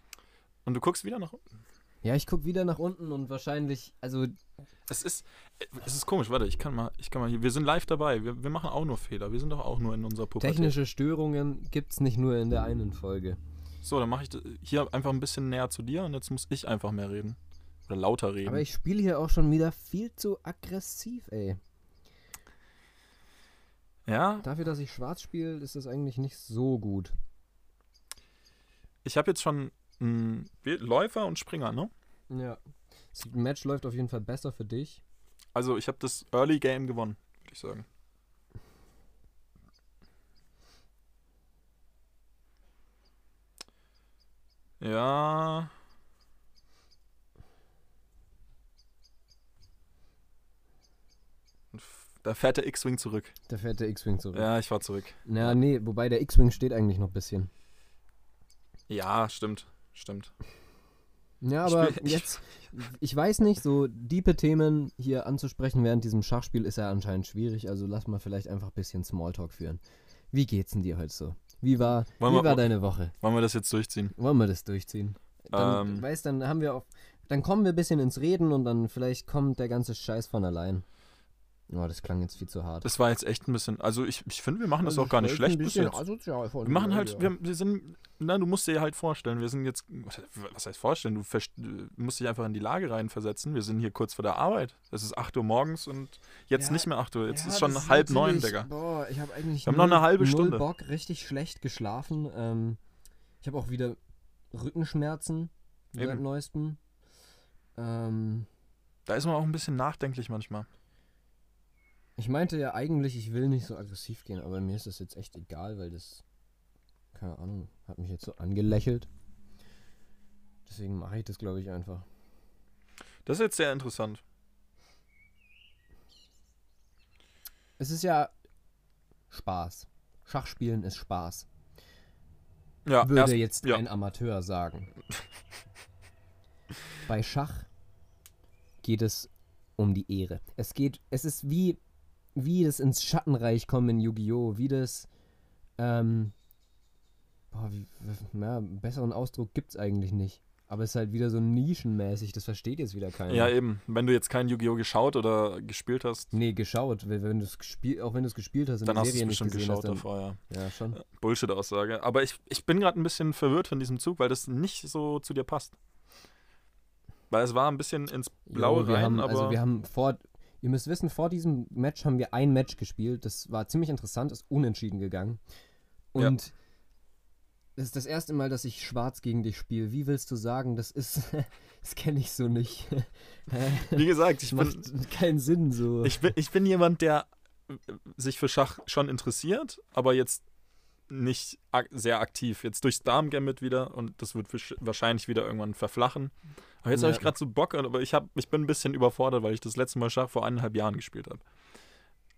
Speaker 1: Und du guckst wieder nach unten.
Speaker 2: Ja, ich guck wieder nach unten und wahrscheinlich, also
Speaker 1: Es ist, äh, es ist komisch, warte, ich kann mal, ich kann mal hier, wir sind live dabei, wir, wir machen auch nur Fehler, wir sind doch auch nur in unserer Pubertät.
Speaker 2: technische Störungen gibt's nicht nur in der einen Folge.
Speaker 1: So, dann mache ich das hier einfach ein bisschen näher zu dir und jetzt muss ich einfach mehr reden. Oder lauter reden.
Speaker 2: Aber ich spiele hier auch schon wieder viel zu aggressiv, ey.
Speaker 1: ja,
Speaker 2: Dafür, dass ich schwarz spiele, ist das eigentlich nicht so gut.
Speaker 1: ich habe jetzt schon mh, wir- Läufer und Springer, ne?
Speaker 2: Ja. Das Match läuft auf jeden Fall besser für dich.
Speaker 1: Also ich habe das Early Game gewonnen, würde ich sagen. Ja. Und f- Da fährt der X-Wing zurück.
Speaker 2: Da fährt der X-Wing zurück.
Speaker 1: Ja, ich war zurück.
Speaker 2: Na, nee, wobei der X-Wing steht eigentlich noch ein bisschen.
Speaker 1: Ja, stimmt. Stimmt.
Speaker 2: Ja,
Speaker 1: Ich
Speaker 2: aber
Speaker 1: spiel- ich-
Speaker 2: jetzt, ich weiß nicht, so diepe Themen hier anzusprechen während diesem Schachspiel ist ja anscheinend schwierig, also lass mal vielleicht einfach ein bisschen Smalltalk führen. Wie geht's denn dir heute so? Wie war,
Speaker 1: Wollen
Speaker 2: wie
Speaker 1: wir-
Speaker 2: war deine Woche?
Speaker 1: Wollen wir das jetzt durchziehen?
Speaker 2: Wollen wir das durchziehen? Dann,
Speaker 1: Ähm.
Speaker 2: weißt, dann haben wir auch, dann kommen wir ein bisschen ins Reden und dann vielleicht kommt der ganze Scheiß von allein. Oh, das klang jetzt viel zu hart.
Speaker 1: Das war jetzt echt ein bisschen. Also ich, ich finde, wir machen das auch gar nicht schlecht bis jetzt. Wir machen halt, wir, wir sind, na, du musst dir halt vorstellen, wir sind jetzt, was heißt vorstellen, du verst- du musst dich einfach in die Lage reinversetzen, wir sind hier kurz vor der Arbeit, es ist 8 Uhr morgens und jetzt
Speaker 2: Ja,
Speaker 1: nicht mehr 8 Uhr, jetzt ist schon halb neun, Digga.
Speaker 2: Boah, ich habe eigentlich
Speaker 1: Wir haben noch
Speaker 2: null-
Speaker 1: eine halbe
Speaker 2: null
Speaker 1: Stunde.
Speaker 2: Bock, richtig schlecht geschlafen. Ähm, ich habe auch wieder Rückenschmerzen seit
Speaker 1: Eben.
Speaker 2: neuestem. Ähm,
Speaker 1: Da ist man auch ein bisschen nachdenklich manchmal.
Speaker 2: ich meinte ja eigentlich, ich will nicht so aggressiv gehen, aber mir ist das jetzt echt egal, weil das, keine Ahnung, hat mich jetzt so angelächelt. Deswegen mache ich das, glaube ich, einfach.
Speaker 1: Das ist jetzt sehr interessant.
Speaker 2: Es ist ja Spaß. Schachspielen ist Spaß,
Speaker 1: Ja,
Speaker 2: würde
Speaker 1: erst,
Speaker 2: jetzt
Speaker 1: ja.
Speaker 2: ein
Speaker 1: [laughs]
Speaker 2: Amateur sagen. Bei Schach geht es um die Ehre. Es geht, es ist wie, wie das ins Schattenreich kommen in Yu-Gi-Oh!, wie das, ähm, boah, wie, na, einen besseren Ausdruck gibt's eigentlich nicht. Aber es ist halt wieder so nischenmäßig, das versteht jetzt wieder keiner.
Speaker 1: ja, eben. Wenn du jetzt kein Yu-Gi-Oh! geschaut oder gespielt hast,
Speaker 2: Nee, geschaut. Wenn wenn du's gespielt, auch wenn du es gespielt hast, in
Speaker 1: dann
Speaker 2: der
Speaker 1: hast du
Speaker 2: Serie
Speaker 1: es
Speaker 2: nicht
Speaker 1: bestimmt
Speaker 2: gesehen
Speaker 1: geschaut
Speaker 2: hast,
Speaker 1: davor, ja.
Speaker 2: dann, ja schon.
Speaker 1: Bullshit-Aussage. Aber ich, ich bin gerade ein bisschen verwirrt von diesem Zug, weil das nicht so zu dir passt. Weil es war ein bisschen ins Blaue
Speaker 2: Jo, wir
Speaker 1: rein,
Speaker 2: haben,
Speaker 1: aber.
Speaker 2: Also wir haben vor, ihr müsst wissen, vor diesem Match haben wir ein Match gespielt. Das war ziemlich interessant, ist unentschieden gegangen.
Speaker 1: Ja.
Speaker 2: Und das ist das erste Mal, dass ich schwarz gegen dich spiele. Wie willst du sagen, das ist, [laughs] das kenne ich
Speaker 1: [laughs]
Speaker 2: so nicht.
Speaker 1: wie
Speaker 2: [laughs]
Speaker 1: gesagt, ich
Speaker 2: Das
Speaker 1: bin,
Speaker 2: macht keinen Sinn so.
Speaker 1: ich, bin, ich bin jemand, der äh, sich für Schach schon interessiert, aber jetzt nicht ak sehr aktiv. Jetzt durchs Darmgambit wieder und das wird versch- wahrscheinlich wieder irgendwann verflachen. Aber jetzt habe
Speaker 2: Ja.
Speaker 1: ich gerade so Bock, äh, aber ich, hab, ich bin ein bisschen überfordert, weil ich das letzte Mal Schach vor eineinhalb Jahren gespielt habe.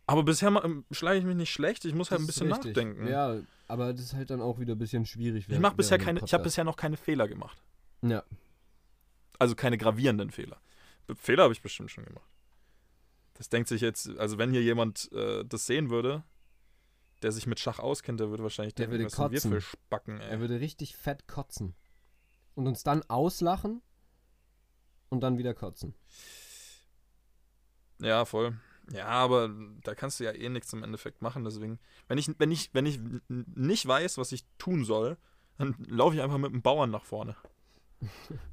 Speaker 1: Aber bisher ma- ähm, schlage ich mich nicht schlecht, ich muss halt
Speaker 2: Das
Speaker 1: ein
Speaker 2: ist
Speaker 1: bisschen
Speaker 2: richtig.
Speaker 1: nachdenken.
Speaker 2: Ja, aber das ist halt dann auch wieder ein bisschen schwierig.
Speaker 1: Ich
Speaker 2: während-
Speaker 1: mache bisher
Speaker 2: während
Speaker 1: keine,
Speaker 2: dem
Speaker 1: ich habe
Speaker 2: Podcast.
Speaker 1: bisher noch keine Fehler gemacht.
Speaker 2: Ja.
Speaker 1: Also keine gravierenden Fehler. Be- Fehler habe ich bestimmt schon gemacht. Das denkt sich jetzt, also wenn hier jemand äh, das sehen würde, der sich mit Schach auskennt, der würde wahrscheinlich
Speaker 2: Der
Speaker 1: denken,
Speaker 2: würde
Speaker 1: was sind wir
Speaker 2: kotzen.
Speaker 1: für Spacken, ey.
Speaker 2: Er würde richtig fett kotzen. Und uns dann auslachen und dann wieder kotzen.
Speaker 1: Ja, voll. Ja, aber da kannst du ja eh nichts im Endeffekt machen, deswegen. Wenn ich, wenn ich, wenn ich n- nicht weiß, was ich tun soll, dann laufe ich einfach mit dem Bauern nach
Speaker 2: [laughs]
Speaker 1: vorne.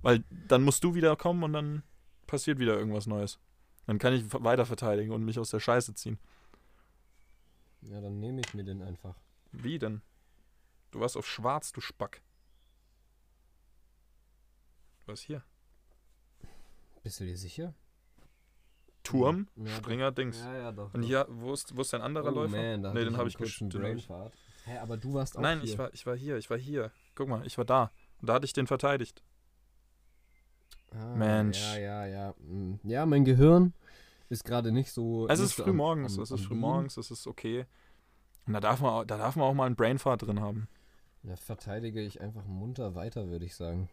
Speaker 1: Weil dann musst du wieder kommen und dann passiert wieder irgendwas Neues. Dann kann ich weiter verteidigen und mich aus der Scheiße ziehen.
Speaker 2: Ja, dann nehme ich mir den einfach.
Speaker 1: Wie denn? Du warst auf schwarz, du Spack. Was
Speaker 2: Mhm.
Speaker 1: hier?
Speaker 2: Bist du dir sicher?
Speaker 1: Turm,
Speaker 2: Ja, doch.
Speaker 1: Springer, Dings.
Speaker 2: ja, doch.
Speaker 1: Und hier, wo ist, wo ist dein
Speaker 2: Oh,
Speaker 1: anderer Läufer? nee, den habe ich gespielt.
Speaker 2: Hä, aber du warst auch
Speaker 1: Nein,
Speaker 2: hier.
Speaker 1: ich war, ich war hier, ich war hier. Guck mal, ich war da. Und da hatte ich den verteidigt.
Speaker 2: Ah,
Speaker 1: Mensch.
Speaker 2: Ja, ja, ja. Mm. Ja, mein Gehirn ist gerade nicht so.
Speaker 1: Es
Speaker 2: nicht
Speaker 1: ist
Speaker 2: so
Speaker 1: früh
Speaker 2: am-
Speaker 1: morgens,
Speaker 2: am-
Speaker 1: es ist
Speaker 2: am
Speaker 1: früh
Speaker 2: Beam.
Speaker 1: morgens, es ist okay. Und da darf man, auch- da darf man auch mal einen Brainfart drin haben.
Speaker 2: Ja, verteidige ich einfach munter weiter, würde ich sagen.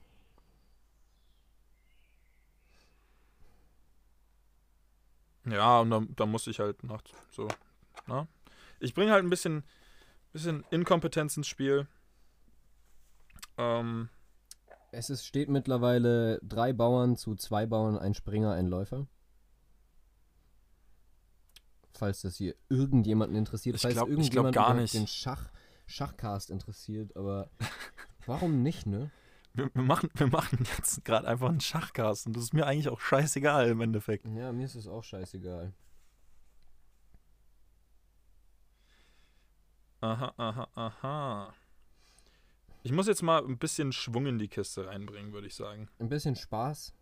Speaker 1: Ja, und dann, dann muss ich halt nachts so. Na? Ich bringe halt ein bisschen, bisschen Inkompetenz ins Spiel. Ähm,
Speaker 2: Es ist, steht mittlerweile drei Bauern zu zwei Bauern, ein Springer, ein Läufer. Falls das hier irgendjemanden interessiert,
Speaker 1: Ich
Speaker 2: falls
Speaker 1: glaub- ich glaub
Speaker 2: irgendjemand
Speaker 1: gar
Speaker 2: überhaupt
Speaker 1: nicht.
Speaker 2: den Schach, Schachcast
Speaker 1: [laughs]
Speaker 2: interessiert, aber warum nicht, ne?
Speaker 1: wir, wir, machen, wir machen jetzt gerade einfach einen Schachcast und das ist mir eigentlich auch scheißegal im Endeffekt.
Speaker 2: Ja, mir ist es auch scheißegal.
Speaker 1: Aha, aha, aha. Ich muss jetzt mal ein bisschen Schwung in die Kiste reinbringen, würde ich sagen.
Speaker 2: Ein bisschen Spaß.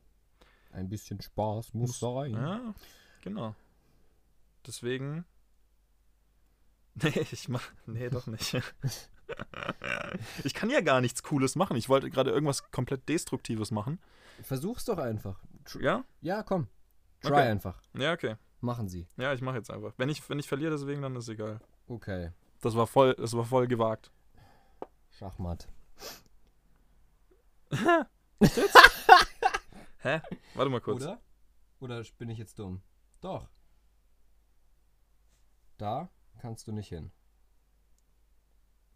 Speaker 2: Ein bisschen Spaß muss sein.
Speaker 1: Ja, genau. Deswegen. [laughs] Nee, ich mach. Nee, doch nicht. [laughs] ich kann ja gar nichts Cooles machen. Ich wollte gerade irgendwas komplett Destruktives machen.
Speaker 2: Versuch's doch einfach. Tr-
Speaker 1: Ja?
Speaker 2: Ja, komm. Try
Speaker 1: Okay.
Speaker 2: einfach.
Speaker 1: Ja, okay.
Speaker 2: Machen Sie.
Speaker 1: Ja, ich mache jetzt einfach. Wenn ich, wenn ich verliere, deswegen, dann ist egal.
Speaker 2: Okay.
Speaker 1: Das war voll, das war voll gewagt.
Speaker 2: Schachmatt.
Speaker 1: Hä? Warte mal kurz.
Speaker 2: Oder? Oder bin ich jetzt dumm? Doch. Da kannst du nicht hin.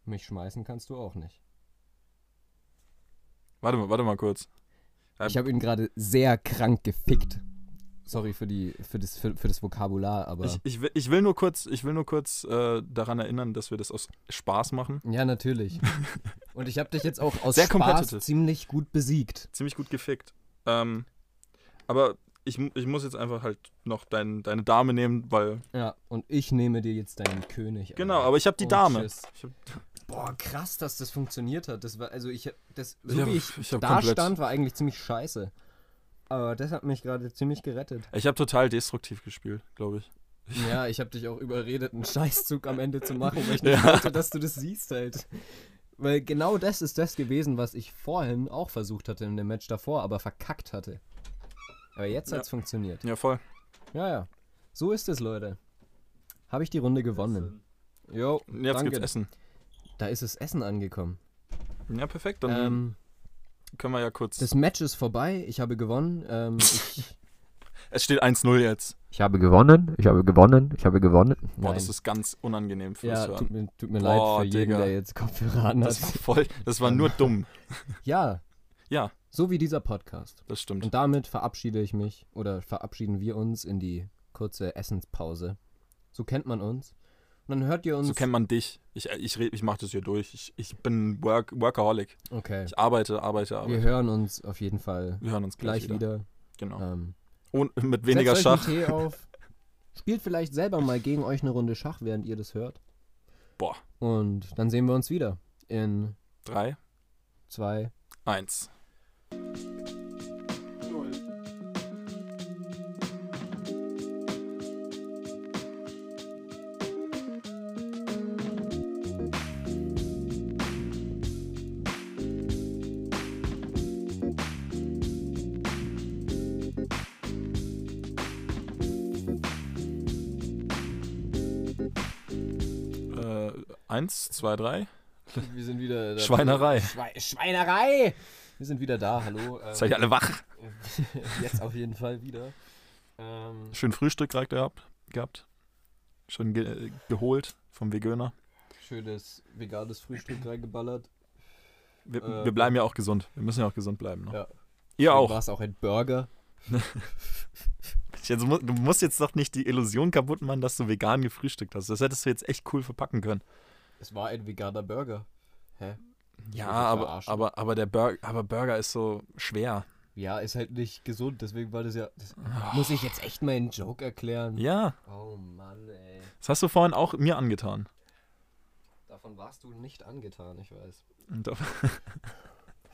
Speaker 2: Mich schmeißen kannst du auch nicht.
Speaker 1: Warte mal, warte mal kurz.
Speaker 2: Ich habe ihn gerade sehr krank gefickt. Sorry für, die, für, das, für, für das Vokabular, aber.
Speaker 1: Ich, ich, will, ich will nur kurz, ich will nur kurz äh, daran erinnern, dass wir das aus Spaß machen.
Speaker 2: ja, natürlich. [laughs] Und ich habe dich jetzt auch aus
Speaker 1: Sehr
Speaker 2: Spaß
Speaker 1: competitive.
Speaker 2: ziemlich gut besiegt.
Speaker 1: Ziemlich gut gefickt. Ähm, aber ich, mu- ich muss jetzt einfach halt noch dein, deine Dame nehmen, weil.
Speaker 2: Ja, und ich nehme dir jetzt deinen König.
Speaker 1: Genau,
Speaker 2: Alter.
Speaker 1: aber ich habe die
Speaker 2: Und
Speaker 1: Dame.
Speaker 2: Oh, tschüss.
Speaker 1: Ich hab,
Speaker 2: Boah, krass, dass das funktioniert hat. Das war, also ich, hab- das, so
Speaker 1: ich hab,
Speaker 2: wie ich
Speaker 1: ich hab
Speaker 2: da
Speaker 1: komplett,
Speaker 2: stand, war eigentlich ziemlich scheiße. Aber das hat mich gerade ziemlich gerettet.
Speaker 1: Ich habe total destruktiv gespielt, glaube ich.
Speaker 2: Ja, ich habe dich auch überredet, einen Scheißzug am Ende zu machen,
Speaker 1: [laughs]
Speaker 2: weil ich nicht
Speaker 1: Ja.
Speaker 2: wollte, dass du das siehst halt. Weil genau das ist das gewesen, was ich vorhin auch versucht hatte in dem Match davor, aber verkackt hatte. Aber jetzt
Speaker 1: Ja.
Speaker 2: hat's funktioniert.
Speaker 1: Ja, voll.
Speaker 2: Ja, ja. So ist es, Leute. habe ich die Runde gewonnen. Jo,
Speaker 1: Und Jetzt
Speaker 2: danke.
Speaker 1: gibt's Essen.
Speaker 2: Da ist das Essen angekommen.
Speaker 1: Ja, perfekt. Dann
Speaker 2: Ähm,
Speaker 1: können wir ja kurz.
Speaker 2: das Match ist vorbei. Ich habe gewonnen.
Speaker 1: [laughs]
Speaker 2: Ähm, ich,
Speaker 1: es steht 1-0 jetzt.
Speaker 3: Ich habe gewonnen, ich habe gewonnen, ich habe gewonnen.
Speaker 1: Boah,
Speaker 2: Nein.
Speaker 1: das ist ganz unangenehm fürs
Speaker 2: ja, tut
Speaker 1: Hören.
Speaker 2: mir, tut mir
Speaker 1: Boah,
Speaker 2: leid für jeden,
Speaker 1: Digga.
Speaker 2: der jetzt Kopfhörer an
Speaker 1: Das war
Speaker 2: hat.
Speaker 1: voll. Das war nur dumm.
Speaker 2: Ja.
Speaker 1: Ja.
Speaker 2: So wie dieser Podcast.
Speaker 1: Das stimmt.
Speaker 2: Und damit verabschiede ich mich oder verabschieden wir uns in die kurze Essenspause. So kennt man uns. Und dann hört ihr uns.
Speaker 1: So kennt man dich. Ich, ich, red- ich mache das hier durch. Ich, ich bin Work, Workaholic.
Speaker 2: okay.
Speaker 1: Ich arbeite, arbeite,
Speaker 2: Wir
Speaker 1: arbeite.
Speaker 2: hören uns auf jeden Fall
Speaker 1: Wir hören uns gleich,
Speaker 2: gleich wieder.
Speaker 1: Genau.
Speaker 2: Ähm,
Speaker 1: Und mit weniger
Speaker 2: setzt euch einen
Speaker 1: Schach.
Speaker 2: Tee auf. Spielt vielleicht selber mal gegen euch eine Runde Schach, während ihr das hört.
Speaker 1: Boah.
Speaker 2: Und dann sehen wir uns wieder in
Speaker 1: Drei,
Speaker 2: zwei.
Speaker 1: eins. Äh, eins, zwei, drei.
Speaker 2: Wir sind wieder.
Speaker 1: Schweinerei.
Speaker 2: Schwei- Schweinerei! Wir sind wieder da, hallo.
Speaker 1: [laughs]
Speaker 2: Ähm,
Speaker 1: Seid ihr alle wach?
Speaker 2: [laughs] jetzt auf jeden Fall wieder. Ähm,
Speaker 1: Schön Frühstück gerade gehabt. gehabt. Schon ge geholt vom Vegöner.
Speaker 2: schönes veganes Frühstück reingeballert.
Speaker 1: Wir,
Speaker 2: Äh,
Speaker 1: wir bleiben ja auch gesund. Wir müssen ja auch gesund bleiben. Ne?
Speaker 2: Ja.
Speaker 1: Ihr
Speaker 2: War
Speaker 1: auch.
Speaker 2: es auch ein Burger?
Speaker 1: Jetzt, mu- du musst jetzt doch nicht die Illusion kaputt machen, dass du vegan gefrühstückt hast. Das hättest du jetzt echt cool verpacken können.
Speaker 2: Es war ein veganer Burger. Hä?
Speaker 1: Ja,
Speaker 2: mich
Speaker 1: aber,
Speaker 2: verarschen.
Speaker 1: aber, aber der Burger, aber Burger ist so schwer.
Speaker 2: Ja, ist halt nicht gesund, deswegen war das ja. Das muss ich jetzt echt meinen Joke erklären?
Speaker 1: Ah. Ja,
Speaker 2: Oh Mann, ey.
Speaker 1: das hast du vorhin auch mir angetan.
Speaker 2: Davon warst du nicht angetan, ich weiß.
Speaker 1: Und da- [laughs]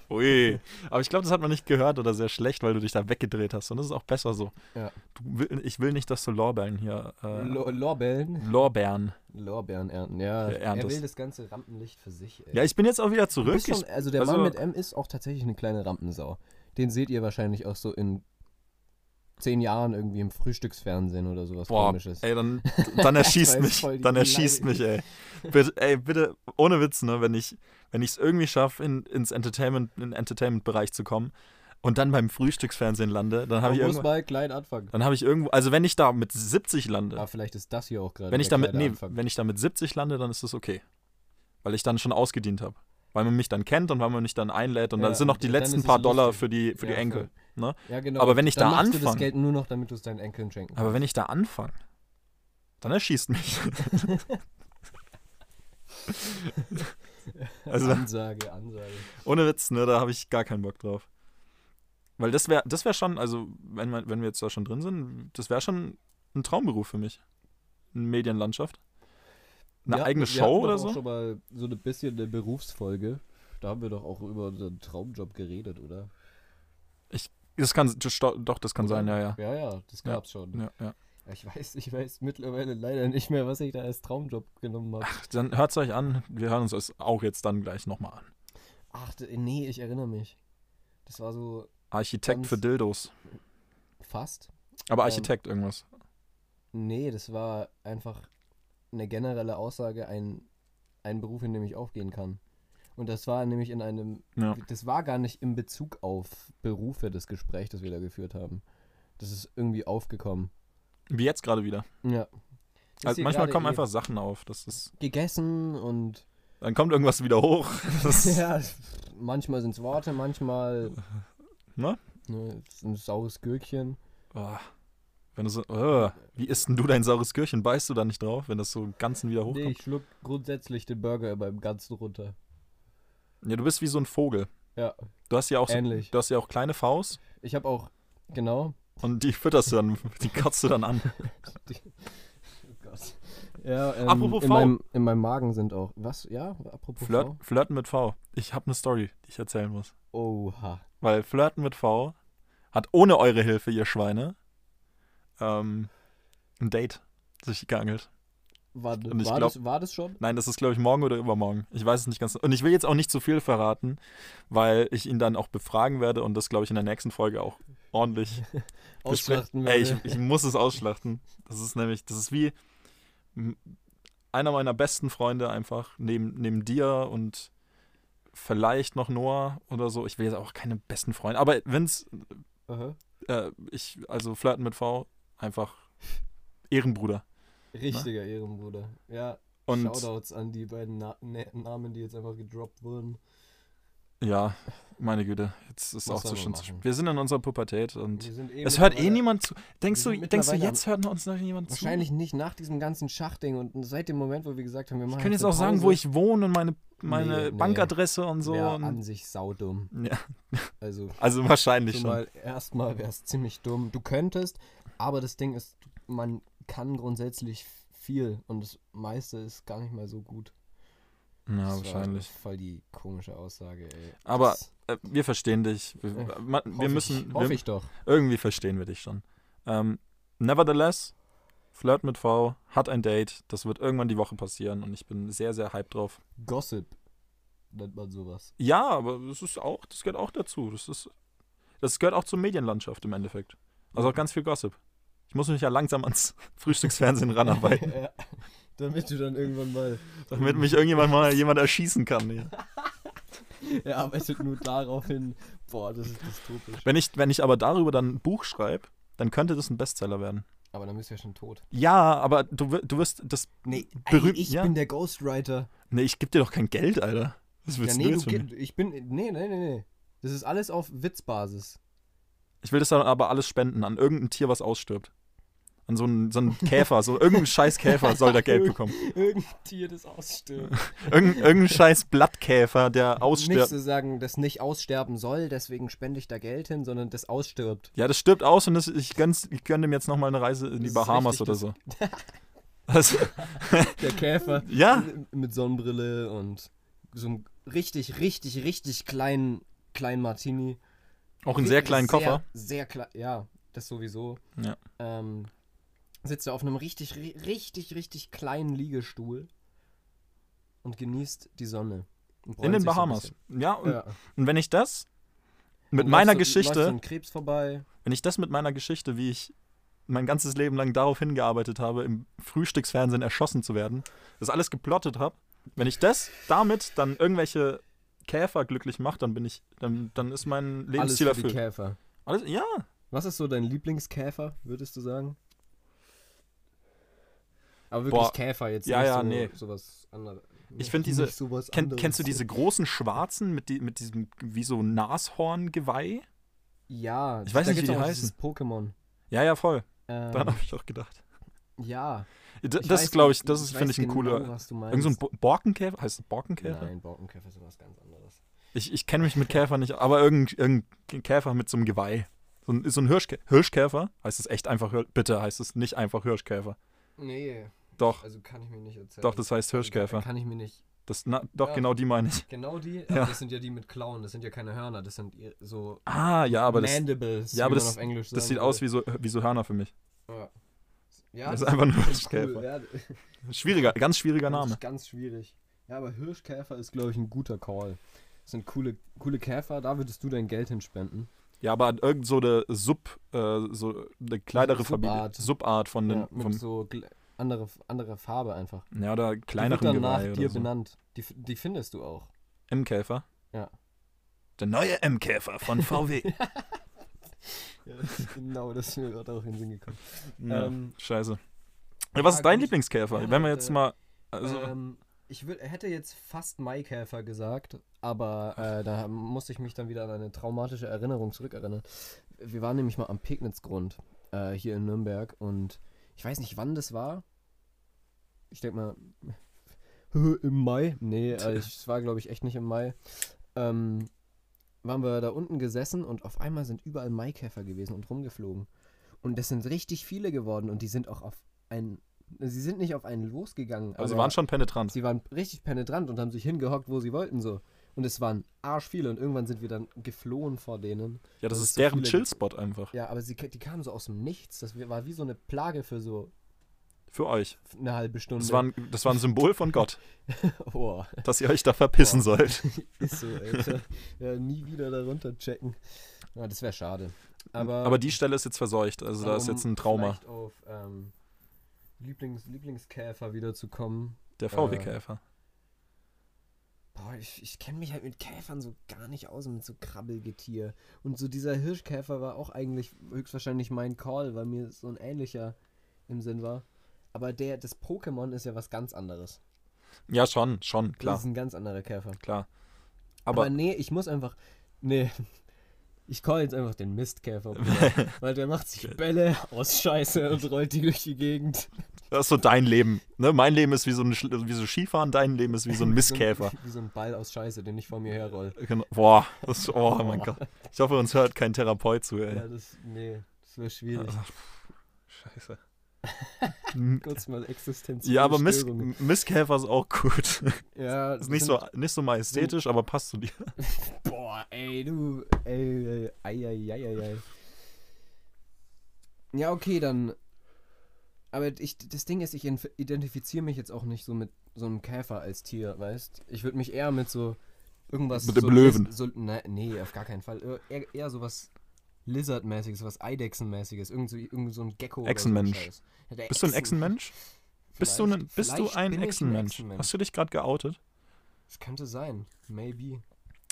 Speaker 1: Ui. Aber ich glaube, das hat man nicht gehört oder sehr schlecht, weil du dich da weggedreht hast. Und das ist auch besser so.
Speaker 2: Ja.
Speaker 1: Du, will- ich will nicht, dass du Lorbeeren hier. Äh,
Speaker 2: Lo Lorbeeren?
Speaker 1: Lorbeeren.
Speaker 2: Lorbeeren ernten, ja.
Speaker 1: Er erntet.
Speaker 2: Er will das ganze Rampenlicht für sich, ey.
Speaker 1: Ja, ich bin jetzt auch wieder
Speaker 2: Äh, Du
Speaker 1: zurück.
Speaker 2: bist schon,
Speaker 1: ich,
Speaker 2: also der
Speaker 1: also-
Speaker 2: Mann mit M ist auch tatsächlich eine kleine Rampensau. Den seht ihr wahrscheinlich auch so in zehn Jahren irgendwie im Frühstücksfernsehen oder sowas
Speaker 1: boah,
Speaker 2: komisches.
Speaker 1: ey,
Speaker 2: [laughs]
Speaker 1: dann, dann erschießt
Speaker 2: war jetzt
Speaker 1: mich.
Speaker 2: voll die
Speaker 1: Dann erschießt mich,
Speaker 2: Beleidigung.
Speaker 1: ey. Bitte, ey, bitte, ohne Witz, ne, wenn ich wenn ich es irgendwie schaffe, in, ins Entertainment, in den Entertainment-Bereich zu kommen und dann beim Frühstücksfernsehen lande, dann habe
Speaker 2: Man
Speaker 1: ich
Speaker 2: muss
Speaker 1: irgendwo.
Speaker 2: mal klein anfangen.
Speaker 1: Dann habe ich irgendwo, also wenn ich da mit 70 lande,
Speaker 2: Ah, vielleicht ist das hier auch gerade
Speaker 1: wenn ich
Speaker 2: der
Speaker 1: damit,
Speaker 2: kleine
Speaker 1: nee,
Speaker 2: Anfang.
Speaker 1: wenn ich damit 70 lande, dann ist das okay. Weil ich dann schon ausgedient habe. Weil man mich dann kennt und weil man mich dann einlädt und
Speaker 2: Ja,
Speaker 1: dann sind noch
Speaker 2: und
Speaker 1: die
Speaker 2: dann
Speaker 1: letzten
Speaker 2: ist es
Speaker 1: paar Dollar
Speaker 2: lustig.
Speaker 1: für die, für
Speaker 2: Ja,
Speaker 1: die Enkel. Ne?
Speaker 2: Ja, genau.
Speaker 1: aber wenn ich
Speaker 2: dann
Speaker 1: da
Speaker 2: machst du das
Speaker 1: anfange-
Speaker 2: Geld nur noch, damit du es deinen Enkeln schenken [laughs]
Speaker 1: Aber wenn ich da anfange, dann erschießt mich. [laughs] also
Speaker 2: Ansage, Ansage.
Speaker 1: ohne Witz, ne, da habe ich gar keinen Bock drauf. Weil das wäre das wär schon, also wenn, man, wenn wir jetzt da schon drin sind, das wäre schon ein Traumberuf für mich. Eine Medienlandschaft. Eine
Speaker 2: Wir hatten-
Speaker 1: eigene
Speaker 2: wir
Speaker 1: Show
Speaker 2: hatten
Speaker 1: oder
Speaker 2: doch auch
Speaker 1: so?
Speaker 2: schon mal so ein bisschen eine Berufsfolge. Da haben wir doch auch über unseren Traumjob geredet, oder?
Speaker 1: Das kann, das, sto- doch, das kann sein, ja, ja.
Speaker 2: Ja, ja, das
Speaker 1: Ja.
Speaker 2: gab's schon.
Speaker 1: ja, ja.
Speaker 2: Ich weiß, ich weiß mittlerweile leider nicht mehr, was ich da als Traumjob genommen habe.
Speaker 1: Ach, dann hört es euch an. Wir hören uns das auch jetzt dann gleich nochmal an.
Speaker 2: Ach, d- nee, ich erinnere mich. Das war so
Speaker 1: Architekt
Speaker 2: Ganz-
Speaker 1: für Dildos.
Speaker 2: fast.
Speaker 1: Aber
Speaker 2: Ähm,
Speaker 1: Architekt irgendwas.
Speaker 2: Nee, das war einfach eine generelle Aussage, ein, ein Beruf, in dem ich aufgehen kann. Und das war nämlich in einem,
Speaker 1: Ja.
Speaker 2: das war gar nicht in Bezug auf Berufe das Gespräch, das wir da geführt haben. Das ist irgendwie aufgekommen.
Speaker 1: Wie jetzt gerade wieder.
Speaker 2: Ja. Das ist
Speaker 1: Also
Speaker 2: hier
Speaker 1: manchmal
Speaker 2: gerade
Speaker 1: kommen
Speaker 2: eh
Speaker 1: einfach Sachen auf. Das ist,
Speaker 2: Gegessen und [laughs]
Speaker 1: dann kommt irgendwas wieder hoch. [laughs] Das ist,
Speaker 2: Ja, manchmal sind es
Speaker 1: [laughs]
Speaker 2: Worte, manchmal.
Speaker 1: Ne?
Speaker 2: Ne, ist ein saures Gürkchen.
Speaker 1: oh, wenn du so, äh, wie isst denn du dein saures Gürchen? Beißt du da nicht drauf, wenn das so im Ganzen wieder
Speaker 2: Nee,
Speaker 1: hochkommt?
Speaker 2: ich schluck grundsätzlich den Burger immer im Ganzen runter.
Speaker 1: Ja, du bist wie so ein Vogel.
Speaker 2: Ja,
Speaker 1: Du hast ja auch, so,
Speaker 2: ähnlich.
Speaker 1: du hast ja auch kleine Faust
Speaker 2: Ich habe auch, genau.
Speaker 1: und die fütterst du dann, [laughs] die kotzt du dann
Speaker 2: [laughs]
Speaker 1: an.
Speaker 2: Oh Gott. Ja, ähm,
Speaker 1: Apropos
Speaker 2: in,
Speaker 1: V.
Speaker 2: meinem, in meinem Magen sind auch. Was? Ja, apropos
Speaker 1: Flirt,
Speaker 2: V.
Speaker 1: flirten mit V. Ich habe eine Story, die ich erzählen muss.
Speaker 2: Oha.
Speaker 1: Weil Flirten mit V hat ohne eure Hilfe, ihr Schweine, ähm, ein Date sich geangelt.
Speaker 2: War,
Speaker 1: Und ich
Speaker 2: war,
Speaker 1: glaub-
Speaker 2: das, war das schon?
Speaker 1: Nein, das ist, glaube ich, morgen oder übermorgen. Ich weiß es nicht ganz. Und ich will jetzt auch nicht zu viel verraten, weil ich ihn dann auch befragen werde und das, glaube ich, in der nächsten Folge auch ordentlich
Speaker 2: [laughs] Ausschlachten
Speaker 1: Ey, ich,
Speaker 2: werde.
Speaker 1: ich muss es ausschlachten. Das ist nämlich, das ist wie, m- einer meiner besten Freunde einfach neben, neben dir und vielleicht noch Noah oder so. Ich will jetzt auch keine besten Freunde, aber wenn's
Speaker 2: Aha.
Speaker 1: äh, ich also flirten mit V einfach Ehrenbruder.
Speaker 2: Richtiger Ehrenbruder. Ja,
Speaker 1: Und
Speaker 2: Shoutouts an die beiden Na Na- Namen, die jetzt einfach gedroppt wurden.
Speaker 1: ja, meine Güte, jetzt ist
Speaker 2: Was
Speaker 1: auch
Speaker 2: soll
Speaker 1: zu
Speaker 2: man
Speaker 1: schon zu
Speaker 2: machen?
Speaker 1: spät. Wir sind in unserer Pubertät und
Speaker 2: Wir sind eh
Speaker 1: es hört eh
Speaker 2: mittlerweile-
Speaker 1: niemand zu. Denkst
Speaker 2: wir
Speaker 1: du,
Speaker 2: sind
Speaker 1: denkst du,
Speaker 2: mittlerweile
Speaker 1: jetzt hört uns noch jemand zu?
Speaker 2: Wahrscheinlich nicht nach diesem ganzen Schachding und seit dem Moment, wo wir gesagt haben, wir machen.
Speaker 1: Ich könnte jetzt
Speaker 2: eine
Speaker 1: auch sagen, wo
Speaker 2: Pause,
Speaker 1: ich wohne und meine, meine
Speaker 2: Nee, nee.
Speaker 1: Bankadresse und so.
Speaker 2: wär an
Speaker 1: und,
Speaker 2: sich saudumm.
Speaker 1: [laughs] ja,
Speaker 2: Also
Speaker 1: also wahrscheinlich
Speaker 2: schon
Speaker 1: schon.
Speaker 2: mal erstmal wäre es ziemlich dumm. Du könntest, aber das Ding ist, man kann grundsätzlich viel und das meiste ist gar nicht mal so gut.
Speaker 1: Ja,
Speaker 2: Das war
Speaker 1: wahrscheinlich.
Speaker 2: Voll die komische Aussage, ey.
Speaker 1: Aber
Speaker 2: Das
Speaker 1: Äh, wir verstehen dich. Wir,
Speaker 2: Ja,
Speaker 1: ma- wir
Speaker 2: hoffe
Speaker 1: müssen.
Speaker 2: Ich, hoffe
Speaker 1: wir,
Speaker 2: ich doch.
Speaker 1: irgendwie verstehen wir dich schon. Ähm, nevertheless, Flirt mit V hat ein Date. Das wird irgendwann die Woche passieren und ich bin sehr, sehr hyped drauf.
Speaker 2: Gossip nennt
Speaker 1: [laughs]
Speaker 2: man sowas.
Speaker 1: Ja, aber das ist auch, das gehört auch dazu. Das ist, das gehört auch zur Medienlandschaft im Endeffekt. Also auch ganz viel Gossip. Ich muss mich ja langsam ans [laughs] Frühstücksfernsehen
Speaker 2: [laughs]
Speaker 1: ranarbeiten,
Speaker 2: Ja, damit du dann irgendwann mal.
Speaker 1: damit mich irgendjemand mal jemand erschießen kann.
Speaker 2: [laughs]
Speaker 1: Ja.
Speaker 2: Er arbeitet nur darauf hin. Boah, das ist dystopisch.
Speaker 1: Wenn ich, wenn ich aber darüber dann ein Buch schreibe, dann könnte das ein Bestseller werden.
Speaker 2: Aber dann bist du ja schon tot.
Speaker 1: Ja, aber du, wi- du wirst das.
Speaker 2: Nee,
Speaker 1: Berühmt-
Speaker 2: ey, ich
Speaker 1: ja.
Speaker 2: bin der Ghostwriter.
Speaker 1: Nee, ich geb dir doch kein Geld, Alter. Was
Speaker 2: Ja,
Speaker 1: willst
Speaker 2: nee,
Speaker 1: du
Speaker 2: du
Speaker 1: jetzt von mir?
Speaker 2: geh- ich bin. Nee, nee, nee, nee. Das ist alles auf Witzbasis.
Speaker 1: Ich will das dann aber alles spenden an irgendein Tier, was ausstirbt. An so einen, so einen Käfer, so
Speaker 2: [laughs]
Speaker 1: irgendeinen scheiß Käfer soll der Geld bekommen.
Speaker 2: Irgendein Tier, das ausstirbt.
Speaker 1: Irgend,
Speaker 2: [laughs]
Speaker 1: irgendein scheiß Blattkäfer, der
Speaker 2: Nicht
Speaker 1: ausstirbt.
Speaker 2: zu sagen, das nicht aussterben soll, deswegen spende ich da Geld hin, sondern das ausstirbt.
Speaker 1: Ja, das stirbt aus und das, ich, gönn's, ich gönn dem jetzt nochmal eine Reise in die
Speaker 2: Das ist
Speaker 1: Bahamas
Speaker 2: richtig, [laughs]
Speaker 1: oder so. Also,
Speaker 2: Der Käfer
Speaker 1: ja,
Speaker 2: mit Sonnenbrille und so einem richtig, richtig, richtig kleinen, kleinen Martini.
Speaker 1: auch einen sehr
Speaker 2: Wirklich
Speaker 1: kleinen Koffer.
Speaker 2: Sehr klein, ja, das sowieso.
Speaker 1: Ja.
Speaker 2: Ähm, sitzt er auf einem richtig, ri- richtig, richtig kleinen Liegestuhl und genießt die Sonne. Und
Speaker 1: In
Speaker 2: bräunt
Speaker 1: den
Speaker 2: sich so ein
Speaker 1: Bahamas.
Speaker 2: bisschen.
Speaker 1: Ja, und,
Speaker 2: Ja.
Speaker 1: und wenn ich das mit
Speaker 2: Und
Speaker 1: meiner
Speaker 2: läuft so, Läuft so
Speaker 1: Geschichte,
Speaker 2: ein Krebs vorbei.
Speaker 1: wenn ich das mit meiner Geschichte, wie ich mein ganzes Leben lang darauf hingearbeitet habe, im Frühstücksfernsehen erschossen zu werden, das alles geplottet habe, wenn ich das damit dann irgendwelche Käfer glücklich mache, dann bin ich, dann, dann ist mein
Speaker 2: Alles
Speaker 1: Lebensziel
Speaker 2: für die
Speaker 1: erfüllt.
Speaker 2: Käfer.
Speaker 1: Alles, ja,
Speaker 2: Was ist so dein Lieblingskäfer, würdest du sagen? Aber wirklich
Speaker 1: Boah.
Speaker 2: Käfer jetzt
Speaker 1: Ja,
Speaker 2: nicht
Speaker 1: ja,
Speaker 2: so,
Speaker 1: nee.
Speaker 2: sowas anderes.
Speaker 1: Ich find diese-
Speaker 2: Nicht sowas
Speaker 1: Ken,
Speaker 2: anderes.
Speaker 1: kennst du diese großen Schwarzen mit, die, mit diesem, wie so Nashorngeweih?
Speaker 2: Ja,
Speaker 1: Ich weiß
Speaker 2: da
Speaker 1: nicht, wie
Speaker 2: gibt's
Speaker 1: die
Speaker 2: auch dieses
Speaker 1: heißen.
Speaker 2: Pokémon.
Speaker 1: Ja, ja, voll. Daran
Speaker 2: Ähm,
Speaker 1: habe ich auch gedacht. [laughs]
Speaker 2: ja.
Speaker 1: D
Speaker 2: Ich
Speaker 1: das
Speaker 2: weiß,
Speaker 1: ist, glaube ich, das ist,
Speaker 2: weiß
Speaker 1: finde ich, ein
Speaker 2: genau,
Speaker 1: cooler.
Speaker 2: was du meinst.
Speaker 1: Irgend so ein Bo Borkenkäfer? Heißt es Borkenkäfer?
Speaker 2: Nein, Borkenkäfer ist was ganz anderes.
Speaker 1: Ich, ich kenne mich mit Käfern nicht, aber irgendein, irgendein Käfer mit so einem Geweih. So ein, so ein Hirschkä Hirschkäfer? Heißt es echt einfach Hirsch Bitte heißt es nicht einfach Hirschkäfer.
Speaker 2: Nee,
Speaker 1: Doch,
Speaker 2: also kann ich mir nicht erzählen.
Speaker 1: doch, das heißt
Speaker 2: Also,
Speaker 1: Hirschkäfer.
Speaker 2: Kann ich mir nicht.
Speaker 1: Das, na, doch,
Speaker 2: Ja.
Speaker 1: genau die meine ich.
Speaker 2: Genau die,
Speaker 1: Ja.
Speaker 2: aber das sind ja die mit Klauen, das sind ja keine Hörner, das sind ihr- so
Speaker 1: Ah, ja, aber das,
Speaker 2: Mandibles,
Speaker 1: ja, aber
Speaker 2: wie
Speaker 1: das-
Speaker 2: man auf Englisch
Speaker 1: das
Speaker 2: sagen
Speaker 1: sieht
Speaker 2: würde.
Speaker 1: aus wie so, wie so Hörner für mich.
Speaker 2: Ja, ja
Speaker 1: Das ist einfach ein
Speaker 2: ist cool,
Speaker 1: Hirschkäfer.
Speaker 2: ja,
Speaker 1: Schwieriger, ganz schwieriger
Speaker 2: Das
Speaker 1: Name.
Speaker 2: ist ganz schwierig. Ja, aber Hirschkäfer ist, glaube ich, ein guter Call. Das sind coole, coole Käfer, da würdest du dein Geld hinspenden.
Speaker 1: Ja, aber an irgend so eine Sub, äh, so eine kleinere Familie,
Speaker 2: Subart.
Speaker 1: Subart von den,
Speaker 2: Ja, mit
Speaker 1: vom,
Speaker 2: so gl- andere, andere Farbe einfach.
Speaker 1: ja, oder
Speaker 2: die
Speaker 1: kleineren
Speaker 2: wird dann nach
Speaker 1: Geweih
Speaker 2: dir
Speaker 1: oder so.
Speaker 2: benannt. Die, f- die findest du auch.
Speaker 1: M-Käfer.
Speaker 2: Ja.
Speaker 1: Der neue M-Käfer von VW.
Speaker 2: [laughs] Ja, genau, das ist mir gerade auch in den Sinn gekommen.
Speaker 1: ja,
Speaker 2: Ähm,
Speaker 1: scheiße. Ja, was
Speaker 2: ja,
Speaker 1: ist dein
Speaker 2: gut.
Speaker 1: Lieblingskäfer?
Speaker 2: Ja,
Speaker 1: Wenn wir
Speaker 2: der-
Speaker 1: jetzt mal, also,
Speaker 2: ähm, ich wür- hätte jetzt fast Maikäfer gesagt, aber äh, da musste ich mich dann wieder an eine traumatische Erinnerung zurückerinnern. Wir waren nämlich mal am Pegnitzgrund äh, hier in Nürnberg und ich weiß nicht, wann das war. Ich denke mal, [laughs] im Mai? Nee, äh, ich- es war, glaube ich, echt nicht im Mai. Ähm, waren wir da unten gesessen und auf einmal sind überall Maikäfer gewesen und rumgeflogen. Und das sind richtig viele geworden und die sind auch auf einen. Sie sind nicht auf einen losgegangen.
Speaker 1: aber also, sie
Speaker 2: aber-
Speaker 1: waren schon penetrant.
Speaker 2: Sie waren richtig penetrant und haben sich hingehockt, wo sie wollten so. Und es waren arschviele und irgendwann sind wir dann geflohen vor denen.
Speaker 1: Ja, das
Speaker 2: das
Speaker 1: ist
Speaker 2: so
Speaker 1: deren
Speaker 2: viele
Speaker 1: Chill-Spot einfach.
Speaker 2: Ja, aber sie, die kamen so aus dem Nichts. Das war wie so eine Plage für so
Speaker 1: Für euch.
Speaker 2: eine halbe Stunde.
Speaker 1: Das war,
Speaker 2: [laughs]
Speaker 1: ein, das war ein Symbol von Gott,
Speaker 2: oh,
Speaker 1: dass ihr euch da verpissen
Speaker 2: Boah.
Speaker 1: sollt.
Speaker 2: ist
Speaker 1: [laughs]
Speaker 2: so, Alter. ja, nie wieder darunter checken. Ja, das wäre schade. Aber,
Speaker 1: Aber die Stelle ist jetzt verseucht, also da ist
Speaker 2: um
Speaker 1: jetzt ein Trauma.
Speaker 2: Vielleicht auf, ähm, Lieblings, Lieblingskäfer wiederzukommen.
Speaker 1: Der VW-Käfer.
Speaker 2: Boah, ich, ich kenne mich halt mit Käfern so gar nicht aus, mit so Krabbelgetier. Und so dieser Hirschkäfer war auch eigentlich höchstwahrscheinlich mein Call, weil mir so ein ähnlicher im Sinn war. Aber der, das Pokémon ist ja was ganz anderes.
Speaker 1: Ja, schon, schon,
Speaker 2: Das
Speaker 1: klar,
Speaker 2: ist ein ganz anderer Käfer.
Speaker 1: klar.
Speaker 2: Aber,
Speaker 1: [laughs] Aber,
Speaker 2: nee, ich muss einfach. Nee. [laughs] Ich call jetzt einfach den Mistkäfer,
Speaker 1: [laughs]
Speaker 2: weil der macht sich Bälle aus Scheiße und rollt die durch die Gegend.
Speaker 1: das ist so dein Leben. Ne? Mein Leben ist wie so, ein, Sch- wie so Skifahren, dein Leben ist wie so ein Mistkäfer.
Speaker 2: [laughs] Wie so ein Ball aus Scheiße, den ich vor mir herroll.
Speaker 1: Genau. Boah, das ist, oh mein Gott. Ich hoffe, uns hört kein Therapeut zu, ey. Ah.
Speaker 2: Ja, das. Nee, das wäre schwierig.
Speaker 1: Ach, pff, Scheiße.
Speaker 2: [laughs]
Speaker 1: M-
Speaker 2: Kurz mal existenziell.
Speaker 1: Hm. ja, aber Miss, Misskäfer ist auch
Speaker 2: [laughs]
Speaker 1: gut.
Speaker 2: Ja,
Speaker 1: Ist nicht so,
Speaker 2: sind-
Speaker 1: nicht so majestätisch, aber passt zu dir.
Speaker 2: Boah, ey, du. Ey, ey, ei, ei, ei, ei, ei. Ja, okay, dann. Aber ich, das Ding ist, ich inf- identifiziere mich jetzt auch nicht so mit so einem Käfer als Tier, weißt? Ich würde mich eher mit so irgendwas.
Speaker 1: Mit dem
Speaker 2: so
Speaker 1: Löwen.
Speaker 2: Lis- So, ne, nee, auf gar keinen Fall. Äh, Eher, eher sowas Lizard-mäßiges, was Eidechsen-mäßiges. Irgend so, irgend so ein Gecko.
Speaker 1: Echsenmensch.
Speaker 2: Oder so ein Scheiß. ja, der
Speaker 1: Bist du ein
Speaker 2: Echsen-
Speaker 1: Echsenmensch? Bist du
Speaker 2: Vielleicht-
Speaker 1: ein, bist du
Speaker 2: vielleicht
Speaker 1: ein
Speaker 2: bin ich ein
Speaker 1: Echsenmensch?
Speaker 2: Echsenmensch.
Speaker 1: Hast du dich gerade geoutet?
Speaker 2: Das könnte sein. Maybe.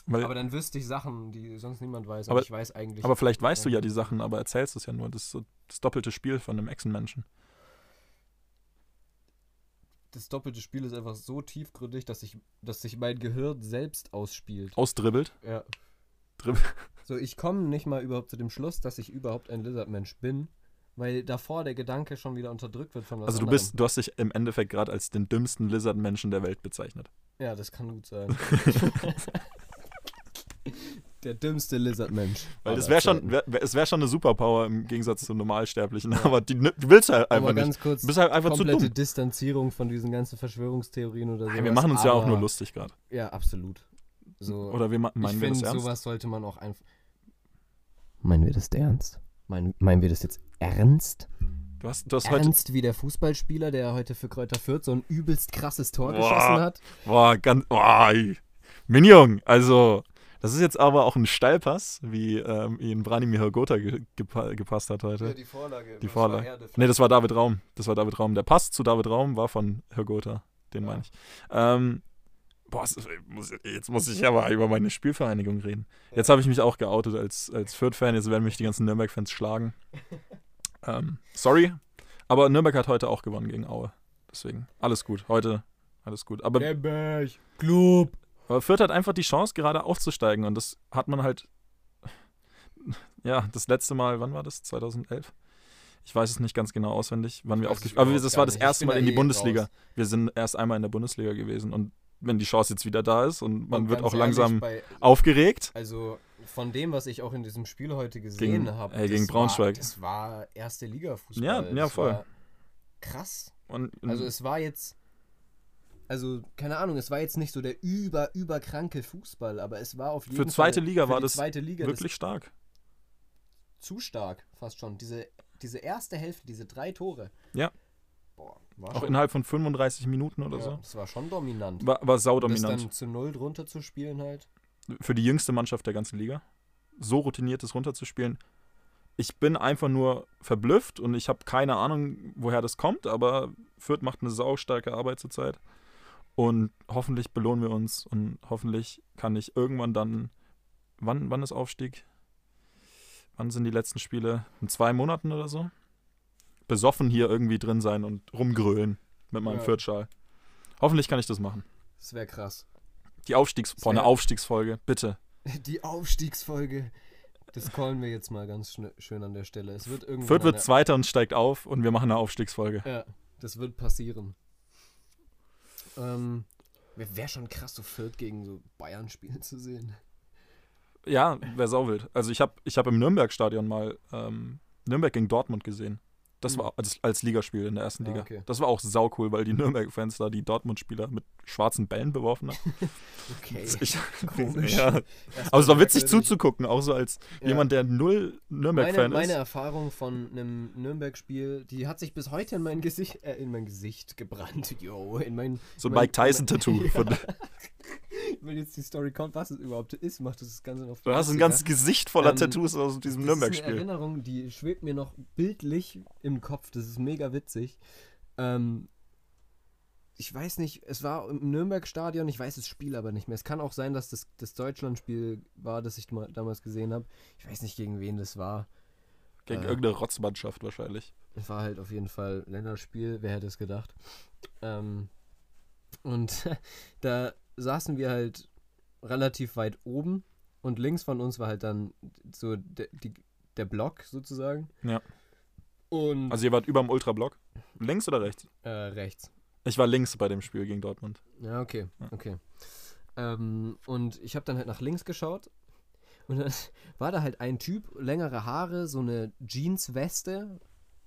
Speaker 1: Weil,
Speaker 2: Aber
Speaker 1: aber,
Speaker 2: dann wüsste ich Sachen, die sonst niemand weiß.
Speaker 1: Aber-
Speaker 2: ich weiß eigentlich.
Speaker 1: vielleicht weißt du ja die Sachen, aber erzählst es ja nur. Das ist so das doppelte Spiel von einem Echsenmenschen.
Speaker 2: das doppelte Spiel ist einfach so tiefgründig, dass ich, dass sich mein Gehirn selbst ausspielt.
Speaker 1: Ausdribbelt.
Speaker 2: Ja.
Speaker 1: Dribb-
Speaker 2: [laughs] So, ich komme nicht mal überhaupt zu dem Schluss, dass ich überhaupt ein Lizardmensch bin, weil davor der Gedanke schon wieder unterdrückt wird von was
Speaker 1: Also du
Speaker 2: anderem.
Speaker 1: bist, du hast dich im Endeffekt gerade als den dümmsten Lizardmenschen der Welt
Speaker 2: [laughs]
Speaker 1: bezeichnet.
Speaker 2: Ja, das kann
Speaker 1: [laughs]
Speaker 2: gut sein. der dümmster Lizardmensch.
Speaker 1: Weil es
Speaker 2: Aller
Speaker 1: wäre schon,
Speaker 2: Zeiten.
Speaker 1: wär, wär- es wär schon eine Superpower im Gegensatz zu Normalsterblichen, [laughs] aber die, nü- du willst halt einfach
Speaker 2: Aber
Speaker 1: nicht.
Speaker 2: ganz kurz,
Speaker 1: Du bist halt einfach zu
Speaker 2: komplette
Speaker 1: dumm.
Speaker 2: Distanzierung von diesen ganzen Verschwörungstheorien oder so.
Speaker 1: Nein, wir machen uns ja auch nur lustig gerade.
Speaker 2: Ja, absolut. So,
Speaker 1: Oder wir ma- meinen
Speaker 2: ich
Speaker 1: wir das
Speaker 2: finde,
Speaker 1: ernst?
Speaker 2: sowas sollte man auch einfach. Meinen wir das ernst? Meinen, meinen wir das jetzt ernst?
Speaker 1: du hast, du hast heute,
Speaker 2: Ernst wie der Fußballspieler, der heute für Kräuter Fürth so ein übelst krasses Tor
Speaker 1: Boah.
Speaker 2: geschossen hat?
Speaker 1: boah, ganz, boah, ey. Minjung, also, das ist jetzt aber auch ein Steilpass, wie ähm, ihn Branimir Hogota ge gepa gepasst hat heute.
Speaker 2: die Vorlage.
Speaker 1: Die Vorlage. Nee, das war David Raum. Das war David Raum. Der Pass zu David Raum war von Hörgotha. Den
Speaker 2: Ja.
Speaker 1: meine ich. Ähm, boah, es ist- muss- jetzt muss ich aber über meine Spielvereinigung reden.
Speaker 2: Ja.
Speaker 1: Jetzt habe ich mich auch geoutet als, als Fürth-Fan. Jetzt werden mich die ganzen Nürnberg-Fans schlagen. ähm, sorry. Aber Nürnberg hat heute auch gewonnen gegen Aue. Deswegen, alles gut. Heute, alles gut. Aber,
Speaker 2: Nürnberg, Club.
Speaker 1: aber Fürth hat einfach die Chance, gerade aufzusteigen. Und das hat man halt. [laughs] Ja, das letzte Mal, wann war das? 2011? Ich weiß es nicht ganz genau auswendig, wann wir
Speaker 2: Ich weiß es
Speaker 1: aufgestiegen Aber wir-
Speaker 2: überhaupt
Speaker 1: das
Speaker 2: gar
Speaker 1: war das
Speaker 2: nicht. Ich
Speaker 1: erste
Speaker 2: bin
Speaker 1: Mal
Speaker 2: da
Speaker 1: in die
Speaker 2: eh
Speaker 1: Bundesliga.
Speaker 2: raus.
Speaker 1: Wir sind erst einmal in der Bundesliga gewesen. Und wenn die Chance jetzt wieder da ist und man
Speaker 2: Und
Speaker 1: wird
Speaker 2: ganz
Speaker 1: auch langsam
Speaker 2: ehrlich, bei,
Speaker 1: aufgeregt.
Speaker 2: Also von dem, was ich auch in diesem Spiel heute
Speaker 1: Gegen-
Speaker 2: gesehen habe,
Speaker 1: ey, gegen
Speaker 2: das
Speaker 1: Braunschweig.
Speaker 2: War, das war erste Liga-Fußball.
Speaker 1: Ja, ja,
Speaker 2: Das
Speaker 1: voll.
Speaker 2: war Krass.
Speaker 1: Und
Speaker 2: Also es war jetzt, also keine Ahnung, es war jetzt nicht so der über, überkranke Fußball, aber es war auf jeden Fall...
Speaker 1: zweite Liga
Speaker 2: für
Speaker 1: war
Speaker 2: die
Speaker 1: das
Speaker 2: zweite Liga
Speaker 1: wirklich stark.
Speaker 2: Das zu stark, fast schon. Diese, diese erste Hälfte, diese drei Tore.
Speaker 1: Ja.
Speaker 2: Boah, war
Speaker 1: Auch
Speaker 2: schon,
Speaker 1: innerhalb von 35 Minuten oder
Speaker 2: ja,
Speaker 1: so.
Speaker 2: Das war schon dominant.
Speaker 1: War, war
Speaker 2: Das
Speaker 1: saudominant.
Speaker 2: dann zu null drunter zu spielen halt.
Speaker 1: Für die jüngste Mannschaft der ganzen Liga. So routiniertes runterzuspielen. Ich bin einfach nur verblüfft und ich habe keine Ahnung, woher das kommt, aber Fürth macht eine saustarke Arbeit zurzeit. Und hoffentlich belohnen wir uns und hoffentlich kann ich irgendwann dann. Wann, wann ist Aufstieg? Wann sind die letzten Spiele? In zwei Monaten oder so? Besoffen hier irgendwie drin sein und rumgrölen mit meinem
Speaker 2: Ja.
Speaker 1: Fürth-Schal. Hoffentlich kann ich das machen.
Speaker 2: Das wäre krass. [laughs]
Speaker 1: Die Aufstiegs boah, eine
Speaker 2: Sehr-
Speaker 1: Aufstiegsfolge, bitte.
Speaker 2: Die Aufstiegsfolge. Das callen wir jetzt mal ganz schn- schön an der Stelle. Es wird irgendwann
Speaker 1: Fürth wird
Speaker 2: eine-
Speaker 1: Zweiter und steigt auf und wir machen eine Aufstiegsfolge.
Speaker 2: Ja, das wird passieren. Ähm, Wäre schon krass, so Fürth gegen so Bayern spielen zu sehen.
Speaker 1: Ja, wer sau wild. Also ich habe ich hab im Nürnberg-Stadion mal ähm, Nürnberg gegen Dortmund gesehen. Das
Speaker 2: Mhm.
Speaker 1: war als, als Ligaspiel in der ersten
Speaker 2: Ah,
Speaker 1: Liga.
Speaker 2: okay.
Speaker 1: Das war auch sau cool, weil die Nürnberg-Fans da die Dortmund-Spieler mit schwarzen Bällen beworfen haben. [laughs]
Speaker 2: Okay.
Speaker 1: Ich-
Speaker 2: komisch.
Speaker 1: Ja.
Speaker 2: Erstmal
Speaker 1: Aber es war witzig
Speaker 2: merkwürdig.
Speaker 1: zuzugucken, auch so als
Speaker 2: Ja.
Speaker 1: jemand, der null
Speaker 2: Meine,
Speaker 1: Nürnberg-Fan
Speaker 2: meine
Speaker 1: ist.
Speaker 2: Erfahrung von einem Nürnberg-Spiel, die hat sich bis heute in mein Gesicht, äh, in mein Gesicht gebrannt, [laughs] yo, in mein,
Speaker 1: So ein
Speaker 2: mein-
Speaker 1: Mike
Speaker 2: [laughs]
Speaker 1: Tyson-Tattoo. von-
Speaker 2: wenn jetzt die Story kommt, was es überhaupt ist, macht das Ganze noch. viel
Speaker 1: Du hast ein
Speaker 2: lustiger.
Speaker 1: ganzes Gesicht voller
Speaker 2: Ähm,
Speaker 1: Tattoos aus diesem
Speaker 2: Das ist eine
Speaker 1: Nürnberg-Spiel.
Speaker 2: Erinnerung, die schwebt mir noch bildlich im Kopf. Das ist mega witzig. Ähm, ich weiß nicht, es war im Nürnberg-Stadion, ich weiß das Spiel aber nicht mehr. Es kann auch sein, dass das, das Deutschland-Spiel war, das ich mal- damals gesehen habe. Ich weiß nicht, gegen wen das war.
Speaker 1: Gegen
Speaker 2: Äh.
Speaker 1: irgendeine Rotzmannschaft wahrscheinlich.
Speaker 2: Es war halt auf jeden Fall Länderspiel, wer hätte es gedacht. Ähm, und [laughs] da saßen wir halt relativ weit oben und links von uns war halt dann so der, die, der Block sozusagen.
Speaker 1: Ja.
Speaker 2: Und
Speaker 1: Also ihr wart über dem Ultrablock. Links oder rechts?
Speaker 2: äh, rechts.
Speaker 1: Ich war links bei dem Spiel gegen Dortmund.
Speaker 2: Ja, okay,
Speaker 1: Ja.
Speaker 2: okay. Ähm, und ich habe dann halt nach links geschaut und dann [laughs] war da halt ein Typ, längere Haare, so eine Jeansweste,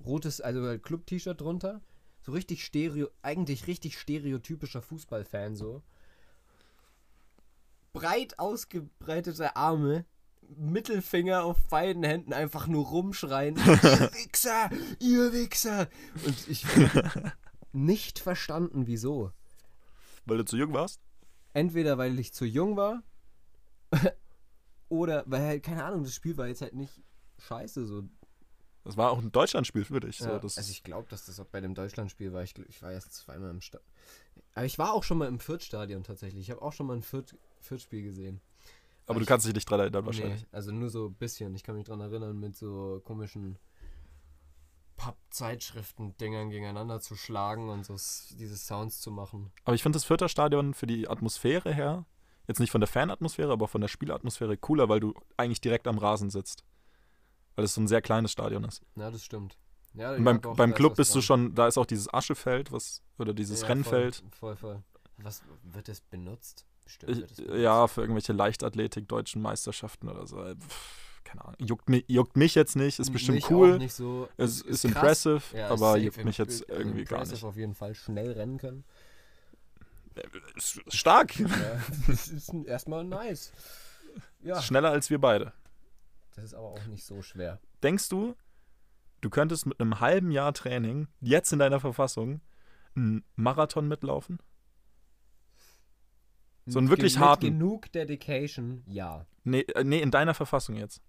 Speaker 2: rotes, also halt Club-T-Shirt drunter. So richtig stereo, eigentlich richtig stereotypischer Fußballfan so. Breit ausgebreitete Arme, Mittelfinger auf beiden Händen einfach nur rumschreien. ihr Wichser, ihr Wichser. Und ich nicht verstanden, wieso.
Speaker 1: Weil du zu jung warst?
Speaker 2: Entweder weil ich zu jung war [laughs] oder weil halt, keine Ahnung, das Spiel war jetzt halt nicht scheiße so.
Speaker 1: Das war auch ein Deutschlandspiel für dich. So,
Speaker 2: Ja,
Speaker 1: das
Speaker 2: also ich glaube, dass das auch bei dem Deutschlandspiel war. Ich, gl- ich war erst zweimal im Stadion. Aber ich war auch schon mal im Fürth-Stadion tatsächlich. Ich habe auch schon mal ein Fürth- Fürth-Spiel gesehen.
Speaker 1: aber du kannst dich nicht dran erinnern wahrscheinlich.
Speaker 2: Nee, also nur so ein bisschen. Ich kann mich dran erinnern, mit so komischen Papp-Zeitschriften-Dingern gegeneinander zu schlagen und so s- diese Sounds zu machen.
Speaker 1: Aber ich finde das Fürther Stadion für die Atmosphäre her, jetzt nicht von der Fanatmosphäre, aber von der Spielatmosphäre cooler, weil du eigentlich direkt am Rasen sitzt. Weil es so ein sehr kleines Stadion ist.
Speaker 2: Na, das stimmt. Ja,
Speaker 1: Und
Speaker 2: ich
Speaker 1: beim
Speaker 2: hab auch-
Speaker 1: beim
Speaker 2: da ist
Speaker 1: Club
Speaker 2: was
Speaker 1: bist du
Speaker 2: dran.
Speaker 1: schon, da ist auch dieses Aschefeld, was, oder dieses
Speaker 2: Ja,
Speaker 1: Rennfeld.
Speaker 2: Voll, voll, voll. Was wird das benutzt? Bestimmt wird
Speaker 1: Ich,
Speaker 2: es benutzt.
Speaker 1: ja, für irgendwelche Leichtathletik, deutschen Meisterschaften oder so. Pff, keine Ahnung. Juckt, mi juckt mich jetzt nicht, ist bestimmt
Speaker 2: Mich
Speaker 1: cool.
Speaker 2: Auch nicht so.
Speaker 1: Es ist,
Speaker 2: krass.
Speaker 1: impressive,
Speaker 2: Ja,
Speaker 1: aber
Speaker 2: safe
Speaker 1: juckt
Speaker 2: im-
Speaker 1: mich jetzt
Speaker 2: also
Speaker 1: irgendwie gar
Speaker 2: impressive
Speaker 1: nicht.
Speaker 2: auf jeden Fall schnell rennen
Speaker 1: [laughs]
Speaker 2: können.
Speaker 1: Ist Stark!
Speaker 2: Ja, das ist ein- erstmal nice. Ja,
Speaker 1: Schneller als wir beide.
Speaker 2: das ist aber auch nicht so schwer.
Speaker 1: Denkst du, du könntest mit einem halben Jahr Training, jetzt in deiner Verfassung, einen Marathon mitlaufen? So einen wirklich
Speaker 2: Ge- mit
Speaker 1: harten.
Speaker 2: Genug Dedication, ja.
Speaker 1: Nee, äh, nee, in deiner Verfassung jetzt.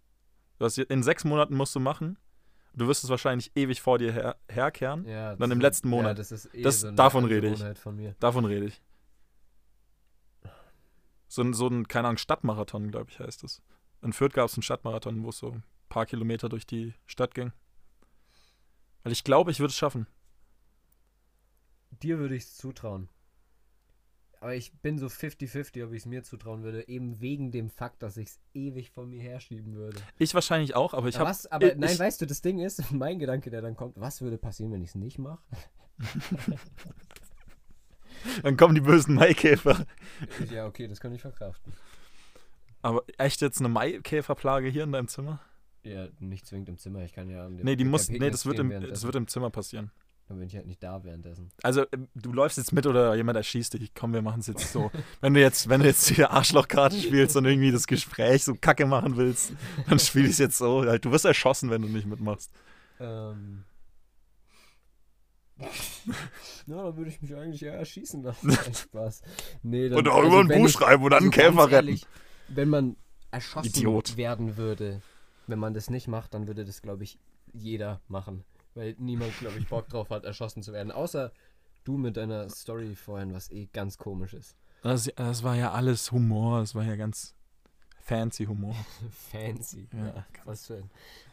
Speaker 1: Du hast, je- in sechs Monaten musst du machen. Du wirst es wahrscheinlich ewig vor dir her, herkehren.
Speaker 2: ja
Speaker 1: Dann
Speaker 2: das
Speaker 1: im
Speaker 2: ist-
Speaker 1: letzten Monat.
Speaker 2: Ja, das ist eh
Speaker 1: Das-
Speaker 2: so eine
Speaker 1: davon rede ich.
Speaker 2: Angewohnheit Von mir.
Speaker 1: Davon rede ich. So ein, so ein keine Ahnung, Stadtmarathon, glaube ich, heißt es. In Fürth gab es einen Stadtmarathon, wo es so ein paar Kilometer durch die Stadt ging. Weil ich glaube, ich würde es schaffen.
Speaker 2: Dir würde ich es zutrauen. Aber ich bin so 50-50, ob ich es mir zutrauen würde, eben wegen dem Fakt, dass ich es ewig von mir herschieben würde.
Speaker 1: Ich wahrscheinlich auch, aber ich
Speaker 2: Ja,
Speaker 1: habe.
Speaker 2: was, aber
Speaker 1: ich-
Speaker 2: nein,
Speaker 1: ich-
Speaker 2: weißt du, das Ding ist, [laughs] mein Gedanke, der dann kommt, was würde passieren, wenn ich es nicht mache?
Speaker 1: Dann kommen die bösen Maikäfer.
Speaker 2: [laughs] ja, okay, das kann ich verkraften.
Speaker 1: Aber echt jetzt eine Maikäferplage hier in deinem Zimmer?
Speaker 2: Ja, nicht zwingend im Zimmer, ich kann ja an dem
Speaker 1: Nee, die
Speaker 2: mit der
Speaker 1: muss. Nee,
Speaker 2: Pegnitz
Speaker 1: das wird,
Speaker 2: gehen
Speaker 1: im, das
Speaker 2: währenddessen.
Speaker 1: wird im Zimmer passieren.
Speaker 2: Dann bin ich halt nicht da währenddessen.
Speaker 1: Also, ähm, du läufst jetzt mit oder jemand erschießt dich. Komm, wir machen es jetzt so. wenn du jetzt, wenn du jetzt hier Arschlochkarte spielst und irgendwie das Gespräch so kacke machen willst, dann spiel ich es jetzt so. Halt, Du wirst erschossen, wenn du nicht mitmachst.
Speaker 2: Ähm. [laughs] Na, dann würde ich mich eigentlich eher
Speaker 1: [laughs]
Speaker 2: erschießen lassen. Nein, Spaß. Nee, dann, also, wenn ich-
Speaker 1: schreiben und
Speaker 2: Also ganz ehrlich, Wenn man erschossen
Speaker 1: Idiot.
Speaker 2: werden würde, wenn man das nicht macht, dann würde das, glaube ich, jeder machen. Weil niemand, glaube ich, Bock drauf hat, erschossen zu werden. Außer du mit deiner Story vorhin, was eh ganz komisch ist. [laughs]
Speaker 1: Das, das war ja alles Humor. Das war ja ganz fancy Humor.
Speaker 2: Fancy.
Speaker 1: Ja.
Speaker 2: Ja, was für ein.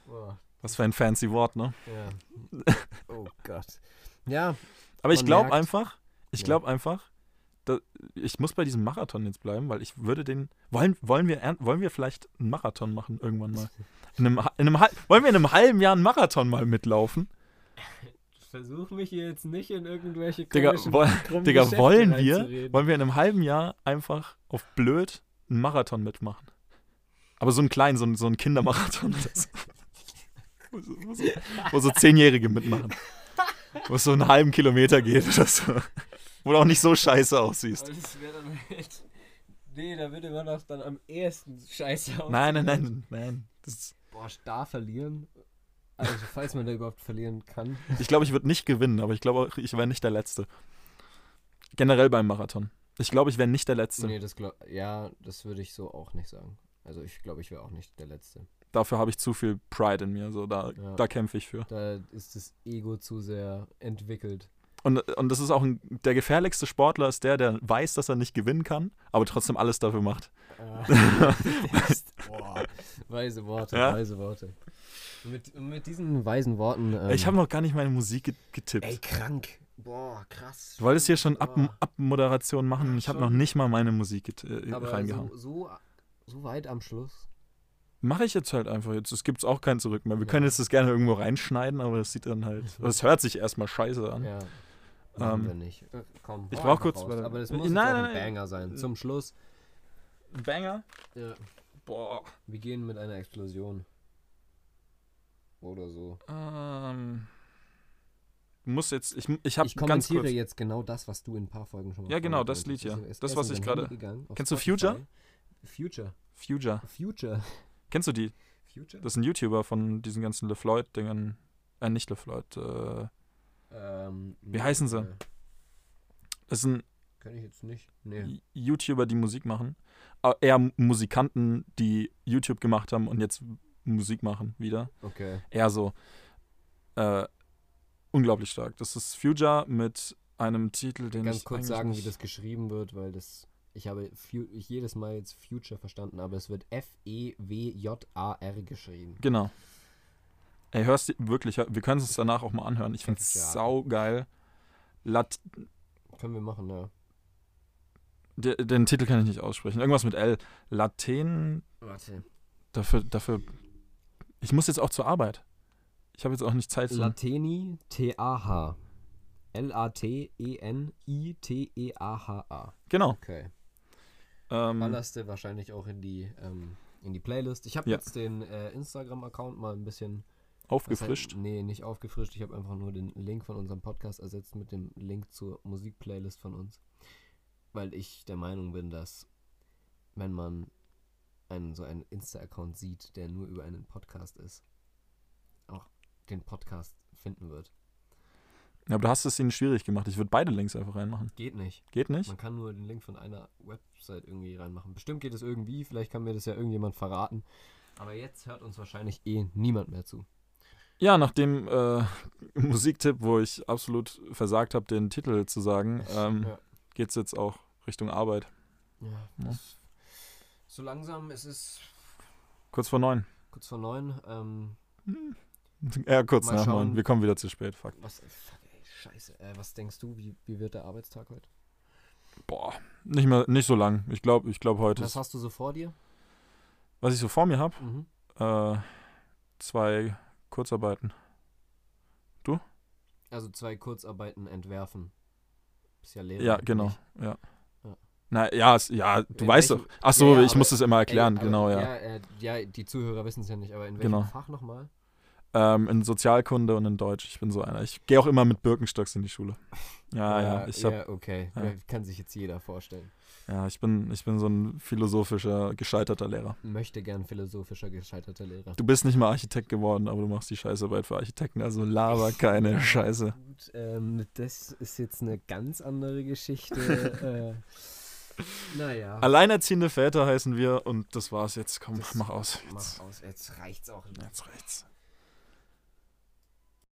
Speaker 2: Boah,
Speaker 1: Was für ein fancy Wort, ne? [laughs]
Speaker 2: ja. Oh Gott. Ja,
Speaker 1: Aber ich
Speaker 2: Man
Speaker 1: glaube
Speaker 2: merkt-
Speaker 1: einfach, ich
Speaker 2: Ja.
Speaker 1: glaube einfach, da, ich muss bei diesem Marathon jetzt bleiben, weil ich würde den. Wollen, wollen, wir, ern- wollen wir vielleicht einen Marathon machen irgendwann mal? In einem, ha- in einem, hal- wollen wir in einem halben Jahr einen Marathon mal mitlaufen?
Speaker 2: versuch mich hier jetzt nicht in irgendwelche
Speaker 1: Digga,
Speaker 2: komischen,
Speaker 1: woll-
Speaker 2: krummen
Speaker 1: Digga,
Speaker 2: Geschäfte
Speaker 1: wollen wir,
Speaker 2: reinzureden.
Speaker 1: wollen wir in einem halben Jahr einfach auf blöd einen Marathon mitmachen? Aber so einen kleinen, so einen, so einen Kindermarathon. Das, [laughs] wo, so, wo, so, wo so Zehnjährige mitmachen. Wo es so einen halben Kilometer geht oder so. Wo du auch nicht so scheiße aussiehst.
Speaker 2: Aber das wäre dann halt. Nee, da würde man doch dann am ehesten scheiße aussehen.
Speaker 1: Nein, nein, nein, nein. Das ist,
Speaker 2: Boah, da verlieren. Also, falls man da überhaupt verlieren kann.
Speaker 1: ich glaube, ich würde nicht gewinnen, aber ich glaube, auch, ich wäre nicht der Letzte. Generell beim Marathon. Ich glaube, ich wäre nicht der Letzte.
Speaker 2: Nee, das glaub, ja, das würde ich so auch nicht sagen. Also, ich glaube, ich wäre auch nicht der Letzte.
Speaker 1: Dafür habe ich zu viel Pride in mir. So, da,
Speaker 2: Ja.
Speaker 1: da kämpfe ich für. [laughs]
Speaker 2: Da ist das Ego zu sehr entwickelt. [laughs]
Speaker 1: Und, und das ist auch ein, der gefährlichste Sportler ist der, der weiß, dass er nicht gewinnen kann, aber trotzdem alles dafür macht.
Speaker 2: Boah, weise Worte,
Speaker 1: Ja?
Speaker 2: weise Worte. Mit, mit diesen weisen Worten. Ähm,
Speaker 1: ich habe noch gar nicht meine Musik ge- getippt.
Speaker 2: Ey, krank. Boah, krass.
Speaker 1: du wolltest hier schon Ab
Speaker 2: Boah.
Speaker 1: Abmoderation machen und ich habe
Speaker 2: Schon.
Speaker 1: noch nicht mal meine Musik get- äh,
Speaker 2: Aber also
Speaker 1: reingehauen.
Speaker 2: so, so, so weit am Schluss.
Speaker 1: Mache ich jetzt halt einfach jetzt. Es gibt auch kein Zurück mehr. Wir
Speaker 2: Ja.
Speaker 1: können jetzt das gerne irgendwo reinschneiden, aber das sieht dann halt. Das hört sich erstmal scheiße an.
Speaker 2: Ja. Machen wir
Speaker 1: ähm,
Speaker 2: nicht. Äh, Komm,
Speaker 1: ich
Speaker 2: hau
Speaker 1: brauch
Speaker 2: einfach
Speaker 1: kurz-
Speaker 2: raus.
Speaker 1: warte.
Speaker 2: Aber das muss
Speaker 1: Nein,
Speaker 2: jetzt auch
Speaker 1: nein,
Speaker 2: ein
Speaker 1: nein.
Speaker 2: Banger sein. Zum Schluss.
Speaker 1: Banger.
Speaker 2: Ja.
Speaker 1: Boah.
Speaker 2: Wir gehen mit einer Explosion. Oder so.
Speaker 1: Ähm, muss jetzt. Ich, ich habe ganz
Speaker 2: ich kommentiere
Speaker 1: kurz.
Speaker 2: jetzt genau das, was du in ein paar Folgen schon mal
Speaker 1: Ja, genau, das
Speaker 2: vorgestellt
Speaker 1: Lied
Speaker 2: hast.
Speaker 1: hier.
Speaker 2: Ist-
Speaker 1: Das,
Speaker 2: ist
Speaker 1: was
Speaker 2: in
Speaker 1: ich
Speaker 2: dein
Speaker 1: gerade-
Speaker 2: Handy gegangen, auf
Speaker 1: Kennst du
Speaker 2: Spotify. Future?
Speaker 1: Future.
Speaker 2: Future.
Speaker 1: Kennst du die?
Speaker 2: Future?
Speaker 1: Das ist ein YouTuber von diesen ganzen LeFloid-Dingern. Äh, nicht LeFloid. Äh,
Speaker 2: Ähm,
Speaker 1: Wie heißen sie?
Speaker 2: äh,
Speaker 1: das sind
Speaker 2: Kenn ich jetzt nicht. Nee.
Speaker 1: YouTuber, die Musik machen. Aber eher Musikanten, die YouTube gemacht haben und jetzt Musik machen wieder.
Speaker 2: Okay.
Speaker 1: eher so äh, unglaublich stark. Das ist Future mit einem Titel, den
Speaker 2: Ganz
Speaker 1: ich
Speaker 2: kurz
Speaker 1: eigentlich
Speaker 2: sagen, wie
Speaker 1: nicht-
Speaker 2: das geschrieben wird, weil das. Ich habe fu ich jedes Mal jetzt Future verstanden, aber es wird E F-E-W-J-A-R geschrieben.
Speaker 1: Genau. Ey, hörst du wirklich? hör- Wir können es uns danach auch mal anhören. Ich find's
Speaker 2: Future.
Speaker 1: saugeil. Lat
Speaker 2: Können wir machen, ja.
Speaker 1: de- den Titel kann ich nicht aussprechen. Irgendwas mit L. Latin.
Speaker 2: Warte.
Speaker 1: Dafür, dafür. Ich muss jetzt auch zur Arbeit. Ich habe jetzt auch nicht Zeit. Zum
Speaker 2: Lateni T-A-H. L-A-T-E-N-I-T-E-A-H-A.
Speaker 1: genau.
Speaker 2: Okay.
Speaker 1: Ähm,
Speaker 2: Ballerste wahrscheinlich auch in die, ähm, in die Playlist. Ich habe
Speaker 1: Ja.
Speaker 2: jetzt den äh, Instagram-Account mal ein bisschen. was
Speaker 1: aufgefrischt.
Speaker 2: Heißt, nee, nicht aufgefrischt. Ich habe einfach nur den Link von unserem Podcast ersetzt mit dem Link zur Musikplaylist von uns. Weil ich der Meinung bin, dass wenn man einen so einen Insta-Account sieht, der nur über einen Podcast ist, auch den Podcast finden wird.
Speaker 1: Ja, aber du hast es ihnen schwierig gemacht. Ich würde beide Links einfach reinmachen.
Speaker 2: Geht nicht.
Speaker 1: Geht nicht?
Speaker 2: Man kann nur den Link von einer Website irgendwie reinmachen. Bestimmt geht es irgendwie, vielleicht kann mir das ja irgendjemand verraten. Aber jetzt hört uns wahrscheinlich eh niemand mehr zu.
Speaker 1: Ja, nach dem äh, [laughs] Musiktipp, wo ich absolut versagt habe, den Titel zu sagen, [laughs] ähm,
Speaker 2: [laughs] Ja.
Speaker 1: geht es jetzt auch Richtung Arbeit.
Speaker 2: Ja, das, so langsam, es ist
Speaker 1: Kurz vor neun. [laughs]
Speaker 2: kurz vor neun. Ähm,
Speaker 1: Ja, kurz
Speaker 2: Mal
Speaker 1: nach
Speaker 2: schauen.
Speaker 1: neun. Wir kommen wieder zu spät. Fuck.
Speaker 2: was, fuck, ey, scheiße. Äh, was denkst du, wie, wie wird der Arbeitstag heute?
Speaker 1: Boah, nicht mehr, nicht so lang. Ich glaube, ich glaube heute.
Speaker 2: Was
Speaker 1: Ist,
Speaker 2: hast du so vor dir?
Speaker 1: was ich so vor mir habe,
Speaker 2: Mhm.
Speaker 1: äh, zwei Kurzarbeiten.
Speaker 2: Also zwei Kurzarbeiten entwerfen. Ist ja leer.
Speaker 1: Ja, genau. Ja.
Speaker 2: Ja.
Speaker 1: Na, ja, es, ja, du
Speaker 2: In
Speaker 1: weißt
Speaker 2: welchem-
Speaker 1: doch. Ach so,
Speaker 2: Ja, ja,
Speaker 1: ich muss
Speaker 2: aber-
Speaker 1: das immer erklären,
Speaker 2: Ey, aber-
Speaker 1: genau, ja.
Speaker 2: Ja, äh, ja die Zuhörer wissen es ja nicht, aber in welchem
Speaker 1: Genau.
Speaker 2: Fach nochmal?
Speaker 1: Ähm, in Sozialkunde und in Deutsch. Ich bin so einer. Ich gehe auch immer mit Birkenstocks in die
Speaker 2: [laughs]
Speaker 1: Schule. Ja, Ah, ja.
Speaker 2: Äh,
Speaker 1: Ich hab,
Speaker 2: ja, okay.
Speaker 1: ja.
Speaker 2: Kann sich jetzt jeder vorstellen.
Speaker 1: Ja, ich bin, ich bin so ein philosophischer, gescheiterter Lehrer.
Speaker 2: möchte gern philosophischer gescheiterter Lehrer.
Speaker 1: Du bist nicht mal Architekt geworden, aber du machst die Scheißarbeit für Architekten, also [laughs] laber keine Scheiße.
Speaker 2: Gut, ähm, das ist jetzt eine ganz andere [laughs] Geschichte. äh, naja,
Speaker 1: Alleinerziehende Väter heißen wir und das war's jetzt. Komm,
Speaker 2: Das-
Speaker 1: mach aus. Jetzt,
Speaker 2: mach aus, jetzt reicht's auch.
Speaker 1: jetzt reicht's.